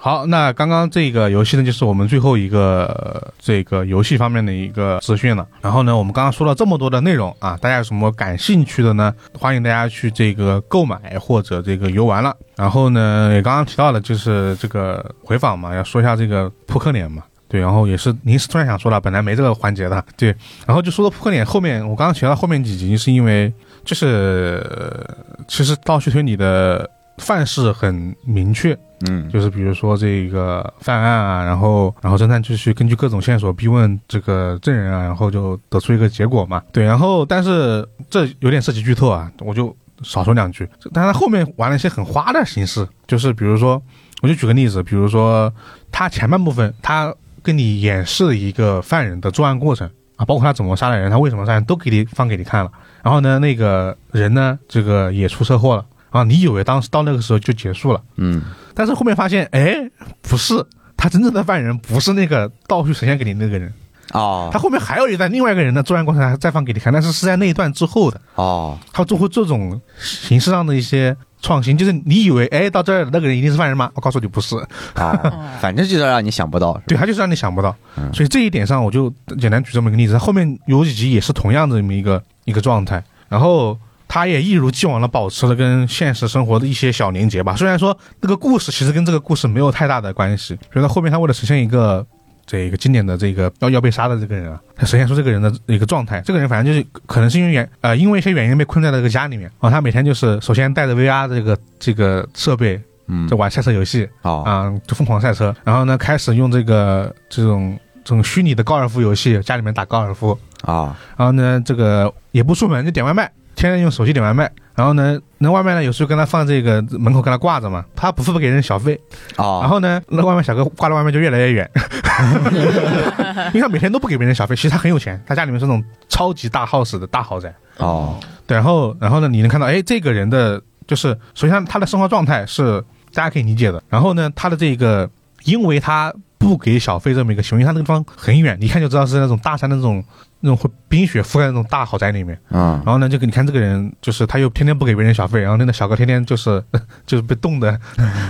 S1: 好，那刚刚这个游戏呢，就是我们最后一个、呃这个游戏方面的一个资讯了。然后呢，我们刚刚说了这么多的内容啊，大家有什么感兴趣的呢？欢迎大家去这个购买或者这个游玩了。然后呢，也刚刚提到了，就是这个回访嘛，要说一下这个扑克脸嘛。对，然后也是临时突然想说了，本来没这个环节的。对，然后就说到扑克脸后面，我刚刚提到后面几集是因为就是呃其实倒叙推理的范式很明确，
S3: 嗯，
S1: 就是比如说这个犯案啊，然后然后侦探就去根据各种线索逼问这个证人啊，然后就得出一个结果嘛。对，然后但是这有点涉及剧透啊，我就少说两句。但他后面玩了一些很花的形式，就是比如说，我就举个例子，比如说他前半部分他跟你演示了一个犯人的作案过程啊，包括他怎么杀的人，他为什么杀人都给你放给你看了。然后呢，那个人呢，这个也出车祸了啊，你以为当时到那个时候就结束了。
S3: 嗯，
S1: 但是后面发现，哎，不是，他真正的犯人不是那个道具呈现给你那个人，
S3: 哦
S1: 他后面还有一段另外一个人的作案过程，还再放给你看，但是是在那一段之后的，
S3: 哦，
S1: 他做会这种形式上的一些创新，就是你以为哎到这儿那个人一定是犯人吗？我告诉你不是，
S3: 哦，反正就是让你想不到，是吧嗯
S1: 对他就是让你想不到，所以这一点上我就简单举这么一个例子，他后面有几集也是同样的这么一个一个状态，然后。他也一如既往的保持了跟现实生活的一些小连接吧，虽然说那个故事其实跟这个故事没有太大的关系，所以到后面他为了实现一个这个经典的这个要要被杀的这个人啊，他实现出这个人的一个状态，这个人反正就是可能是因为原呃因为一些原因被困在了这个家里面啊，他每天就是首先带着 VR 这个这个设备
S3: 嗯
S1: 在，玩赛车游戏，
S3: 哦，
S1: 啊、就疯狂赛车，然后呢，开始用这个这种这种虚拟的高尔夫游戏，家里面打高尔夫，
S3: 啊，
S1: 然后呢，这个也不出门就点外卖，天天用手机点外卖，然后呢，那外卖呢有时候跟他放这个门口跟他挂着嘛，他不付给人小费，然
S3: 哦，
S1: 后呢，那外卖小哥挂了外卖就越来越远，因为他每天都不给别人小费，其实他很有钱，他家里面是那种超级大 house 的大豪宅，
S3: 哦，
S1: 对，然后然后呢，你能看到，哎，这个人的就是首先他的生活状态是大家可以理解的，然后呢，他的这个因为他不给小费这么一个行为，因为他那个地方很远，你一看就知道是那种大山的那种那种会冰雪覆盖的那种大豪宅里面，
S3: 嗯，
S1: 然后呢，就给你看这个人，就是他又天天不给别人小费，然后那个小哥天天就是 就是被冻的，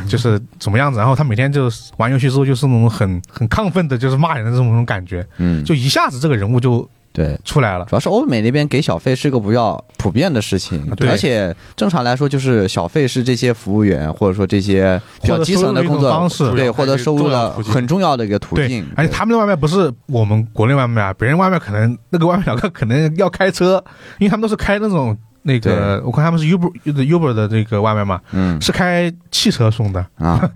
S1: 就是怎么样子，然后他每天就是玩游戏之后就是那种很很亢奋的，就是骂人的这种那种感觉，
S3: 嗯，
S1: 就一下子这个人物就
S3: 对。
S1: 出来了。
S3: 主要是欧美那边给小费是个比较普遍的事情
S1: 啊，对
S3: 而且正常来说就是小费是这些服务员或者说这些比较基层的
S1: 或者收入的一
S3: 工
S1: 种
S3: 作
S1: 方式
S3: 对获得收入的很重要的一个途
S1: 对
S3: 径，，
S1: 而且他们的外卖不是我们国内外卖啊，别人外卖可能那个外卖小哥可能要开车， 因为他们都是开那种那个，我看他们是 Uber Uber 的这个外卖嘛，
S3: 嗯
S1: 是开汽车送的，
S3: 啊，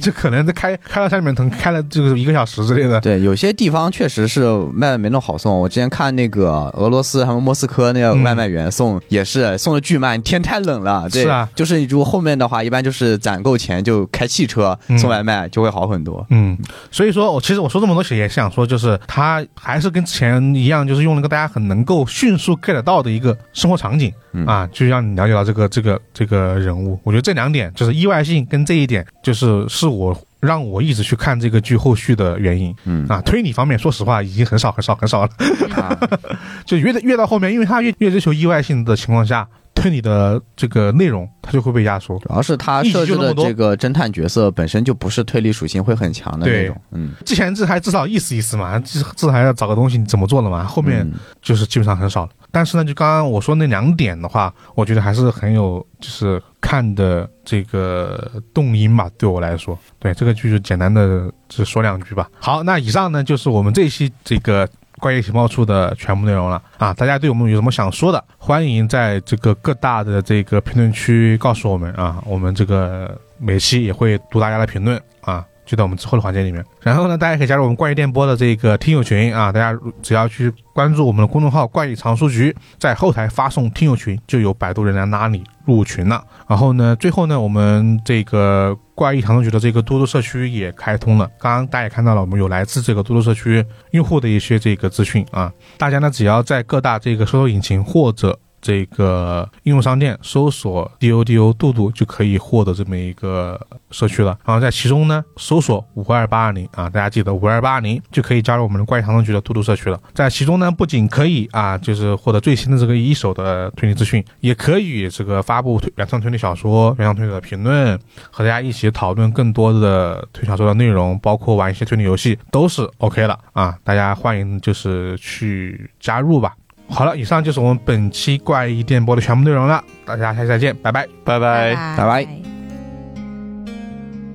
S1: 就可能开开到山里面，可能开了就是一个小时之类的。
S3: 对，有些地方确实是外卖没那么好送。我之前看那个俄罗斯他们莫斯科那个外卖员送、也是送的巨慢，天太冷了。
S1: 嗯
S3: 对，
S1: 是啊
S3: 就是你如果后面的话，一般就是攒够钱就开汽车
S1: 嗯
S3: 送外卖就会好很多。
S1: 嗯，所以说我其实我说这么多，其实也想说，就是他还是跟之前一样，就是用了一个大家很能够迅速 get 到的一个生活场景、
S3: 嗯
S1: 啊，去让你了解到这个这个这个人物。我觉得这两点就是意外性跟这一点，就是是我让我一直去看这个剧后续的原因。
S3: 嗯
S1: 啊，推理方面，说实话已经很少很少很少了，
S3: 啊，
S1: 就越越到后面，因为他越越追求意外性的情况下，推理的这个内容它就会被压缩。
S3: 主要是他设置的这个侦探角色本身就不是推理属性会很强的那种
S1: 对。
S3: 嗯，
S1: 之前这还至少意思意思嘛，至至少还要找个东西你怎么做的嘛，后
S3: 后
S1: 面 就是基本上很少了。但是呢，就刚刚我说那两点的话，我觉得还是很有就是看的这个动因吧，对我来说，对这个剧就简单的只说两句吧。好，那以上呢就是我们这一期这个。关于情报处的全部内容了啊！大家对我们有什么想说的，欢迎在这个各大的这个评论区告诉我们啊！我们这个每期也会读大家的评论啊，就在我们之后的环节里面。然后呢，啊大家可以加入我们怪异电波的这个听友群啊，大家如只要去关注我们的公众号“怪异藏书局”，在后台发送“听友群”，就有摆渡人来拉你入群了。然后呢，最后呢，我们这个怪异藏书局的这个多多社区也开通了。刚刚大家也看到了，我们有来自这个多多社区用户的一些这个资讯啊，大家呢只要在各大这个搜索引擎或者这个应用商店搜索 DODO 杜杜就可以获得这么一个社区了。然后在其中呢，搜索五二八二零啊，大家记得五二八二零就可以加入我们的怪异堂堂局的杜杜社区了。在其中呢，不仅可以啊，就是获得最新的这个一手的推理资讯，也可以这个发布推原创推理小说、原创推理的评论，和大家一起讨论更多的推理小说的内容，包括玩一些推理游戏，都是 OK 了啊！大家欢迎就是去加入吧。好了，以上就是我们本期怪异电波的全部内容了，大家下期再见，拜拜。
S2: 拜拜。
S3: 拜
S4: 拜。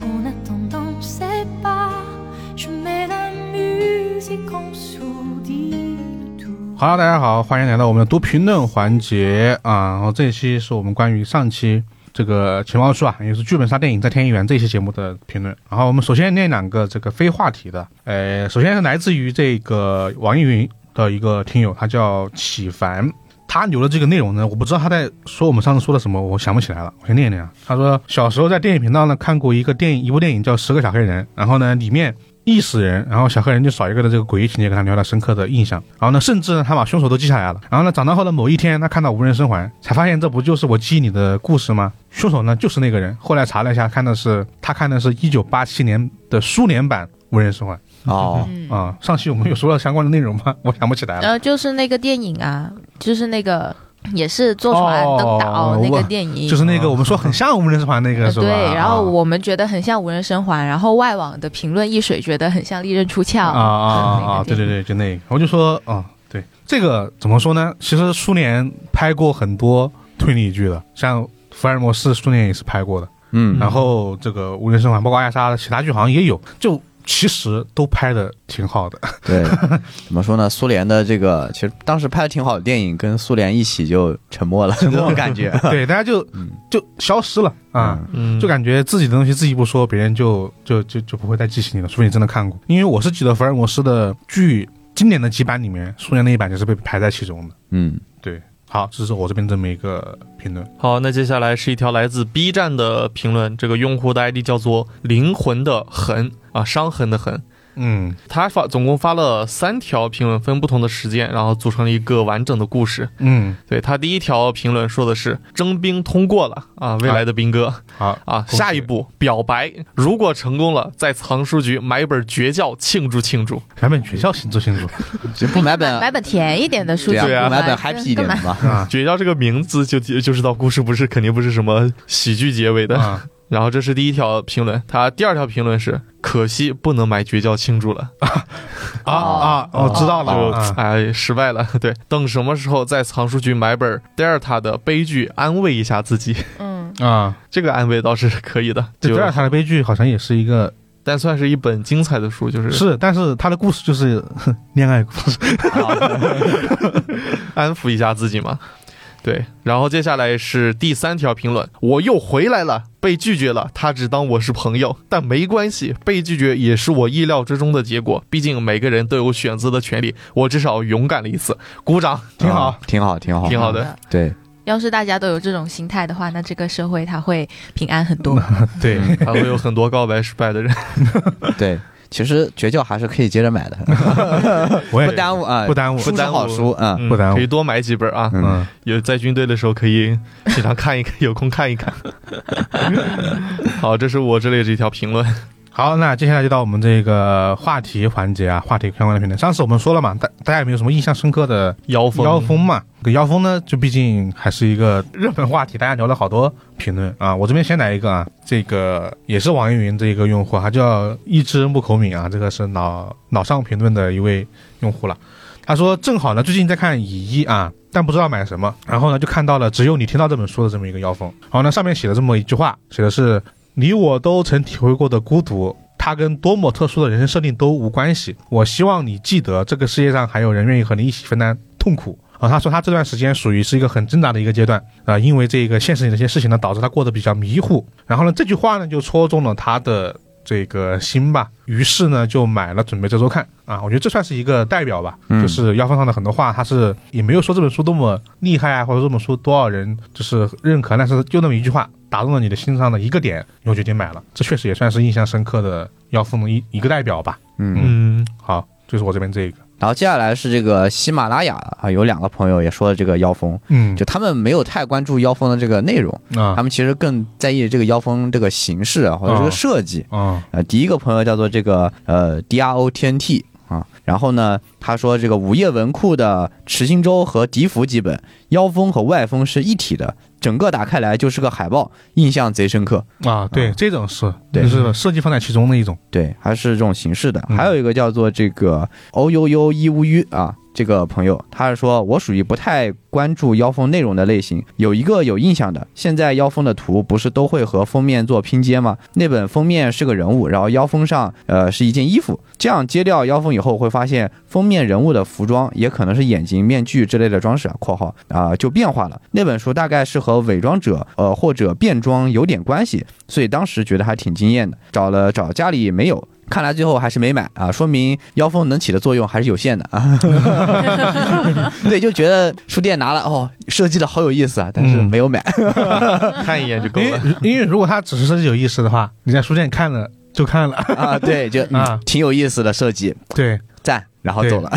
S5: En attendant, c'est pas. Je mets la musique en sourdine tout.
S1: Hello，大家好，欢迎来到我们的读评论环节啊。然后这一期是我们关于上期这个情报处啊，也就是剧本杀电影在天一元这一期节目的评论。然后我们首先念两个这个非话题的，呃，首先是来自于这个网易云的一个听友，他叫启凡。他留的这个内容呢，我不知道他在说我们上次说的什么，我想不起来了，我先念一念啊。他说小时候在电影频道呢看过一个电影，一部电影叫《十个小黑人》，然后呢里面一死人，然后小黑人就少一个的这个诡异情节给他留下了深刻的印象。然后呢，甚至呢，他把凶手都记下来了。然后呢，长大后的某一天，他看到无人生还，才发现这不就是我记忆里的故事吗？凶手呢就是那个人。后来查了一下，看的是他看的是一九八七年的苏联版《无人生还》
S3: 哦，
S1: 啊、上期我们有说到相关的内容吗？ 我想不起来了。
S4: 嗯然后就是那个电影啊，就是那个也是坐船
S1: 哦
S4: 登岛那
S1: 我
S4: 个电影，
S1: 就是那个我们说很像无人生还那个
S4: 呃
S1: 是吧？
S4: 对，然后
S1: 啊
S4: 我们觉得很像无人生还，然后外网的评论一水觉得很像利刃出鞘
S1: 啊啊
S4: 那
S1: 啊
S4: 个
S1: 啊！对
S4: 电
S1: 对
S4: 影
S1: 对，就那个，我就说啊，对这个怎么说呢？其实苏联拍过很多推理剧的，像福尔摩斯，苏联也是拍过的。
S3: 嗯，
S1: 然后这个无人生还，包括暗杀的其他剧好像也有，就其实都拍的挺好的。
S3: 对，怎么说呢？苏联的这个其实当时拍的挺好的电影，跟苏联一起就沉默了，这种感觉。
S1: 对，大家就
S3: 嗯
S1: 就消失了啊。
S3: 嗯
S2: 嗯，
S1: 就感觉自己的东西自己不说，别人就就就就不会再记起你了，除非你真的看过。因为我是记得福尔摩斯的剧经典的几版里面，苏联那一版就是被排在其中的。
S3: 嗯，
S1: 对，好，这是我这边这么一个评论。
S2: 好，那接下来是一条来自 B 站的评论，这个用户的 ID 叫做“灵魂的痕”啊，伤痕的痕。
S1: 嗯，
S2: 他发总共发了三条评论，分不同的时间，然后组成了一个完整的故事。
S1: 嗯，
S2: 对他第一条评论说的是征兵通过了啊，未来的兵哥
S1: 好
S2: 啊，
S1: 喜
S2: 下一步表白，如果成功了，在藏书局买本绝教庆祝庆祝。
S1: 咱们学校庆祝庆祝
S3: 就不买本，
S4: 买本甜一点的书
S3: 对
S4: 籍，
S2: 对
S3: 啊，
S2: 啊
S3: 不买本
S4: 干嘛
S3: happy 一点的吧。
S1: 啊
S2: 绝教这个名字就就知道故事不是肯定不是什么喜剧结尾的。
S1: 啊！
S2: 然后这是第一条评论，他第二条评论是可惜不能买绝交庆祝了，
S1: 啊啊！我知道
S2: 就、
S1: 了啊
S2: 哎失败了。对，等什么时候在藏书局买本 Delta 的悲剧安慰一下自己，
S4: 嗯，
S1: 啊！这
S2: 这个安慰倒是可以的。
S1: 这
S2: 就
S1: 德尔塔的悲剧好像也是一个
S2: 但算是一本精彩的书，就是
S1: 是，啊但是他的故事就是哼恋爱故事。
S3: 啊
S2: 安抚一下自己嘛。对，然后接下来是第三条评论，我又回来了，被拒绝了，他只当我是朋友，但没关系，被拒绝也是我意料之中的结果，毕竟每个人都有选择的权利，我至少勇敢了一次，鼓掌，挺好，
S3: 啊，挺好，挺好，
S2: 挺好的。
S3: 对，
S4: 要是大家都有这种心态的话，那这个社会它会平安很
S3: 嗯
S4: 多。
S1: 对，
S2: 还会有很多告白失败的人，
S3: 对，其实绝教还是可以接 着买的，
S1: 我也
S3: 不耽误啊，
S1: 不耽误
S3: 书是好书，嗯，
S1: 不耽误
S2: 可以多买几本啊，
S1: 嗯，
S2: 有在军队的时候可以经常看一看，有空看一看。好，这是我这里的一条评论，
S1: 好，那接下来就到我们这个话题环节啊，话题相关的评论。上次我们说了嘛，大大家有没有什么印象深刻的
S2: 妖风，
S1: 妖风嘛，这个妖风呢，就毕竟还是一个热门话题，大家聊了好多评论啊。我这边先来一个啊，这个也是网易云这个用户啊，他叫一只木口敏啊，这个是脑脑上评论的一位用户了。他说正好呢，最近在看乙一啊，但不知道买什么，然后呢就看到了只有你听到这本书的这么一个妖风，然后呢上面写了这么一句话，写的是你我都曾体会过的孤独。它跟多么特殊的人生设定都无关系。我希望你记得，这个世界上还有人愿意和你一起分担痛苦。啊，他说他这段时间属于是一个很挣扎的一个阶段啊、因为这个现实里的一些事情呢，导致他过得比较迷糊。然后呢，这句话呢就戳中了他的这个心吧，于是呢就买了，准备这周看啊。我觉得这算是一个代表吧，
S3: 嗯
S1: 就是妖风上的很多话，他是也没有说这本书多么厉害啊，或者这本书多少人就是认可，但是就那么一句话打中了你的心上的一个点，你就决定买了。这确实也算是印象深刻的妖风的一一个代表吧。
S3: 嗯，
S2: 嗯，
S1: 好，就是我这边这个。
S3: 然后接下来是这个喜马拉雅啊，有两个朋友也说了这个妖风，
S1: 嗯，
S3: 就他们没有太关注妖风的这个内容，他
S1: 啊
S3: 们其实更在意这个妖风这个形式啊，或者这个设计。
S1: 啊
S3: 呃，第一个朋友叫做这个呃 D R O T N T 啊，然后呢，他说这个午夜文库的池心洲和笛福几本，妖风和外风是一体的，整个打开来就是个海报，印象贼深刻。
S1: 啊，对，这种是，
S3: 对
S1: 就是设计放在其中的一种，
S3: 对，还是这种形式的。
S1: 嗯
S3: 还有一个叫做这个哦 O U U 一乌鱼啊，这个朋友他是说，我属于不太关注妖风内容的类型。有一个有印象的，现在妖风的图不是都会和封面做拼接吗？那本封面是个人物，然后妖风上呃是一件衣服。这样揭掉妖风以后，会发现封面人物的服装也可能是眼睛、面具之类的装饰（括号啊、就变化了）。那本书大概是和伪装者呃或者变装有点关系，所以当时觉得还挺惊艳的。找了找家里没有，看来最后还是没买啊，说明妖风能起的作用还是有限的 啊。对，就觉得书店拿了哦，设计的好有意思啊，但是没有买。
S2: 嗯看一眼就 够
S1: 因为
S2: 了。
S1: 因为如果它只是设计有意思的话，你在书店看了就看了，
S3: 啊，对，就、嗯
S1: 啊
S3: 挺有意思的设计，
S1: 对。
S3: 赞，然后
S1: 对
S3: 走了。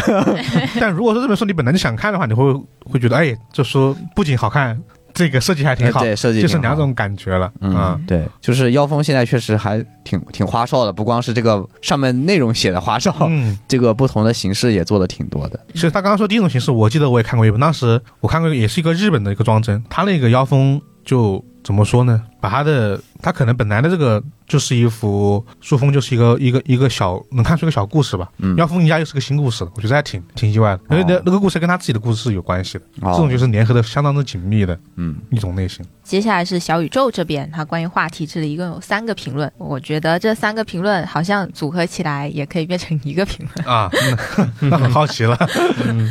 S1: 但如果说这本书你本来就想看的话，你会会觉得，哎，这书不仅好看，这个设计 还挺好，
S3: 哎对，设计
S1: 就
S3: 挺
S1: 是两
S3: 好
S1: 种感觉了
S3: 嗯，
S1: 啊。
S3: 对，就是妖风现在确实还挺挺花哨的，不光是这个上面内容写的花哨，
S1: 嗯，
S3: 这个不同的形式也做的挺多的。
S1: 其实他刚刚说第一种形式，我记得我也看过一本，当时我看过也是一个日本的一个装帧，他那个妖风就怎么说呢？把他的他可能本来的这个就是一幅书风，就是一个一个一个小能看出一个小故事吧。
S3: 嗯
S1: 妖风一下又是个新故事了，我觉得还挺挺意外的，因为那
S3: 哦
S1: 那个故事跟他自己的故事是有关系的，
S3: 哦
S1: 这种就是联合的相当的紧密的
S3: 嗯，
S1: 一种类型。
S4: 接下来是小宇宙这边，它关于话题这里一共有三个评论，我觉得这三个评论好像组合起来也可以变成一个评论。
S1: 啊， 那那很好奇 了。
S4: 嗯，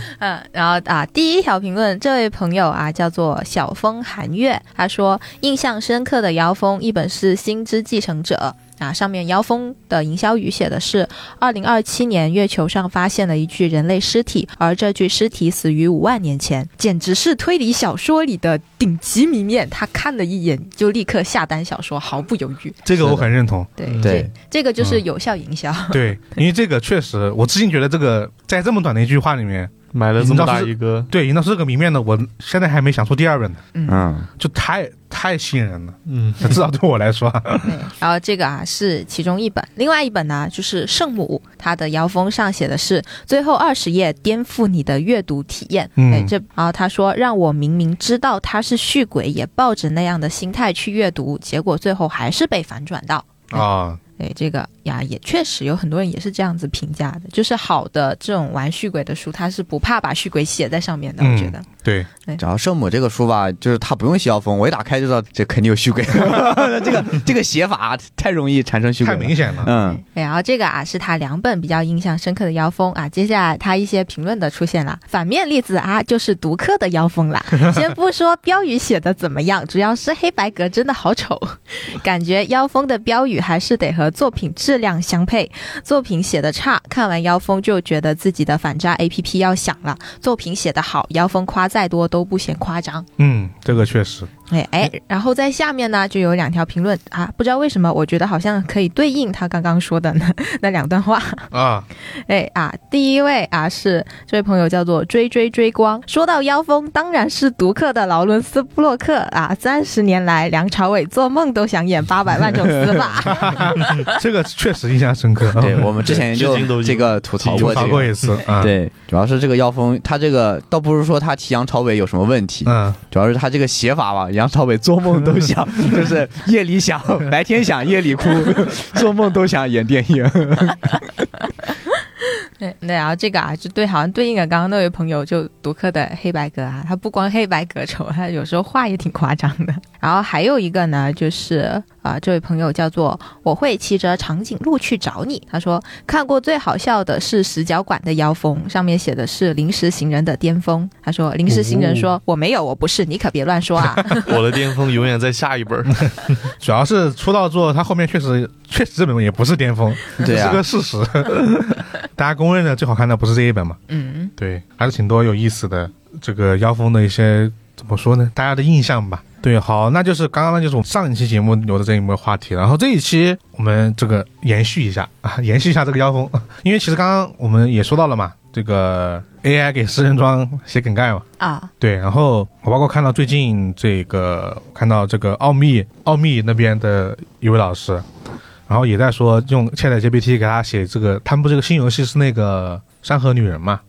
S4: 然后啊，第一条评论，这位朋友啊叫做小风寒月，他说印象深刻的妖风一本是《星之继承者》。啊，上面妖风的营销语写的是，二零二七年月球上发现了一具人类尸体，而这具尸体死于五万年前，简直是推理小说里的顶级谜面。他看了一眼就立刻下单小说，毫不犹豫。
S1: 这个我很认同，
S4: 对
S3: 对，
S4: 这个就是
S1: 嗯
S4: 有效营销。
S1: 对，因为这个确实，我至今觉得这个在这么短的一句话里面，
S2: 买了这么大一个，
S1: 对引导出这个谜面呢，我现在还没想出第二本呢，
S3: 嗯，
S1: 就太太吸引人了，
S2: 嗯，
S1: 至少对我来 说，
S4: 对，然后这个啊是其中一本，另外一本呢就是《圣母》，它的摇风上写的是最后二十页颠覆你的阅读体验。
S1: 嗯
S4: 哎，这然后他说让我明明知道他是续鬼，也抱着那样的心态去阅读，结果最后还是被反转到。
S1: 啊，
S4: 对这个呀，也确实有很多人也是这样子评价的，就是好的这种玩续鬼的书，他是不怕把续鬼写在上面的，我觉得。
S1: 对，
S3: 然后圣母这个书吧，就是它不用写妖风，我一打开就知道这肯定有虚鬼， 这个这个写法太容易产生虚鬼
S1: 太
S3: 了。
S1: 明显了，
S3: 嗯，
S4: 对然后这个啊是他两本比较印象深刻的妖风啊，接下来他一些评论的出现了，反面例子啊就是读客的妖风啦。先不说标语写的怎么样，主要是黑白格真的好丑， 感觉妖风的标语还是得和作品质量相配。作品写的差，看完妖风就觉得自己的反诈 APP 要响了；作品写的好，妖风夸再多都不显夸张。
S1: 嗯，这个确实，
S4: 哎哎，然后在下面呢，就有两条评论啊，不知道为什么，我觉得好像可以对应他刚刚说的那 那两段话。
S1: 啊，
S4: 哎啊，第一位啊是这位朋友叫做追追追光。说到妖风，当然是独克的劳伦斯布洛克啊。三十年来，梁朝伟做梦都想演八百万种死法。
S1: 这个确实印象深刻，
S3: 对我们之前
S2: 至今都
S3: 就
S2: 有
S3: 这个吐槽
S1: 吐
S3: 过
S1: 槽
S3: 这
S1: 过
S3: 个。
S1: 一次，啊，，
S3: 对，主要是这个妖风，它这个倒不是说它提杨朝伟有什么问题，
S1: 嗯，
S3: 主要是他这个写法吧，杨朝伟做梦都想，就是夜里想，白天想，夜里哭， 做梦都想演电影。
S4: 对，那然后这个啊，就对，好像对应了刚刚那位朋友，就独克的黑白格啊，他不光黑白格丑，他有时候画也挺夸张的。然后还有一个呢，就是啊、这位朋友叫做我会骑着长颈鹿去找你。他说看过最好笑的是石角馆的妖风，上面写的是临时行人的巅峰。他说临时行人说、我没有，我不是，你可别乱说啊。
S2: 我的巅峰永远在下一 本儿。
S1: 主要是出道之后，他后面确实确实这本也不是巅峰，
S3: 对
S1: 这是
S3: 啊
S1: 个，事实， 大家公认的最好看的不是这一本嘛，
S4: 嗯，
S1: 对，还是挺多有意思的。这个妖风的一些怎么说呢？大家的印象吧。对，好，那就是刚刚那就是我们上一期节目留的这一个话题，然后这一期 我们这个延续一下啊，延续一下这个妖风，因为其实刚刚我们也说到了嘛，这个 AI 给私人装写梗概嘛。
S4: 啊，
S1: 对，然后我包括看到最近这个看到这个奥秘奥秘那边的一位老师，然后也在说用 Chat GPT 给他写这个，他们不是个新游戏是那个山河女人嘛，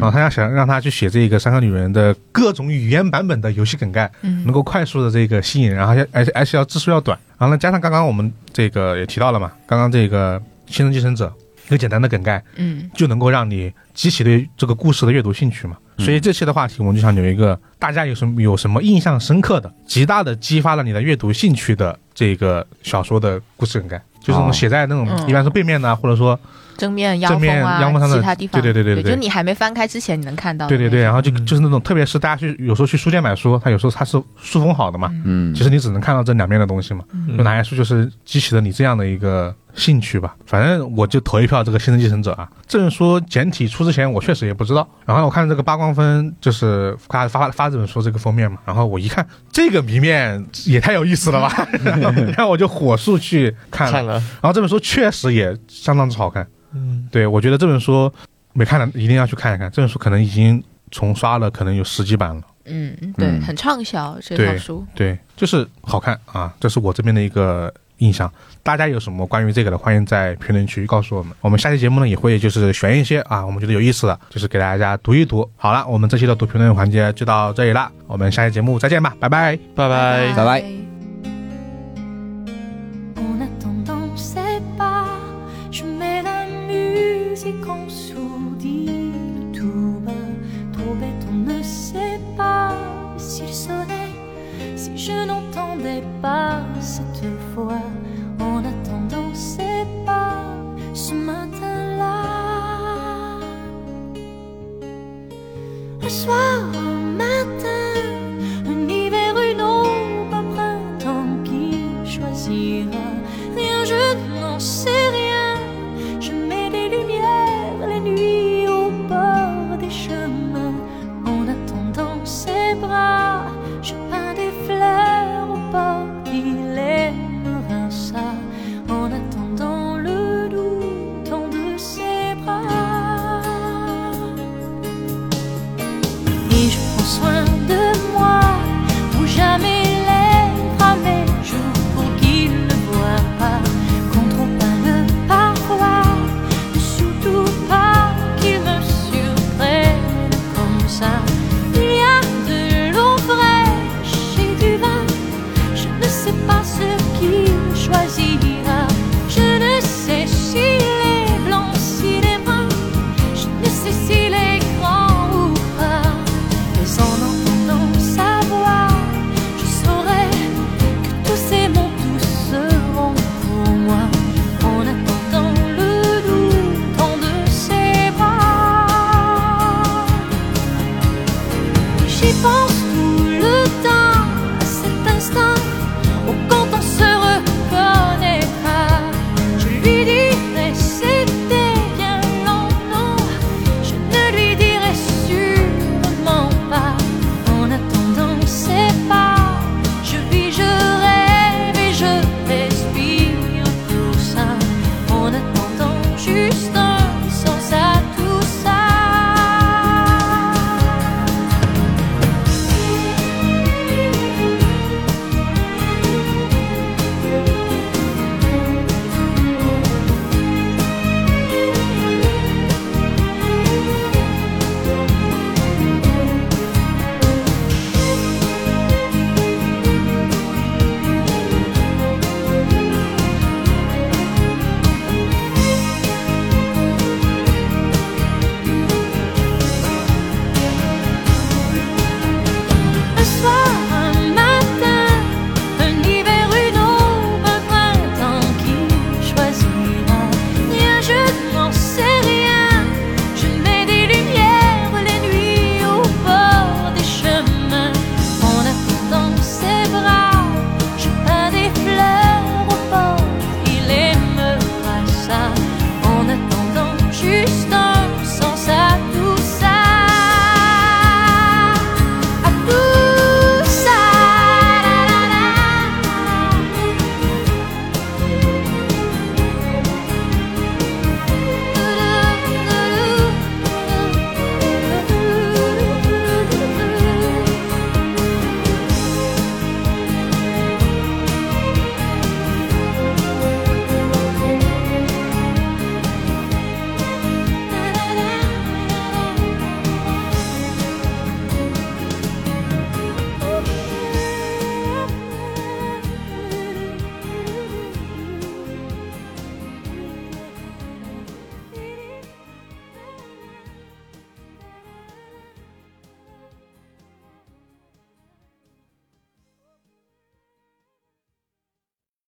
S1: 然后他要想让他去写这个山河女人的各种语言版本的游戏梗概，
S4: 嗯
S1: 能够快速的这个吸引人，然后要而且而且要字数要短，然后呢加上刚刚我们这个也提到了嘛，刚刚这个新人继承者一个简单的梗概，
S4: 嗯
S1: 就能够让你激起对这个故事的阅读兴趣嘛。
S3: 嗯
S1: 所以这期的话题，我们就想有一个大家有什么有什么印象深刻的，极大的激发了你的阅读兴趣的这个小说的故事梗概，就是那种
S3: 哦
S1: 写在那种、
S4: 嗯
S1: 一般是背面的啊，或者说
S4: 正面腰
S1: 正
S4: 封
S1: 面
S4: 啊，
S1: 腰封上的
S4: 其他地方，
S1: 对对对对对
S4: 就你还没翻开之前，你能看到的
S1: 对
S4: 那种。
S1: 对对，啊然后就
S2: 嗯
S1: 就是那种特别是大家去有时候去书店买书，它有时候它是塑封好的嘛，
S3: 嗯
S1: 其实你只能看到这两面的东西嘛。
S2: 嗯
S1: 就拿来说，就是激起了你这样的一个兴趣吧。反正我就投一票这个《新的继承者》啊。证书简体出之前，我确实也不知道。然后我看这个八光分，就是他发发这本书这个封面嘛，然后我一看这个谜面也太有意思了吧，然后我就火速去看了。
S2: 看了，
S1: 然后这本书确实也相当之好看，
S2: 嗯，
S1: 对我觉得这本书没看的一定要去看一看。这本书可能已经重刷了，可能有十几版了。
S4: 嗯，对，
S3: 嗯
S4: 很畅销这套
S1: 对
S4: 书。
S1: 对，就是好看啊，这是我这边的一个印象。大家有什么关于这个的，欢迎在评论区告诉我们。我们下期节目呢，也会就是选一些啊，我们觉得有意思的，就是给大家读一读。 好了，我们这期的读评论环节就到这里啦，我们下期节目再见吧，拜拜。
S2: 拜拜
S3: 拜拜
S4: 拜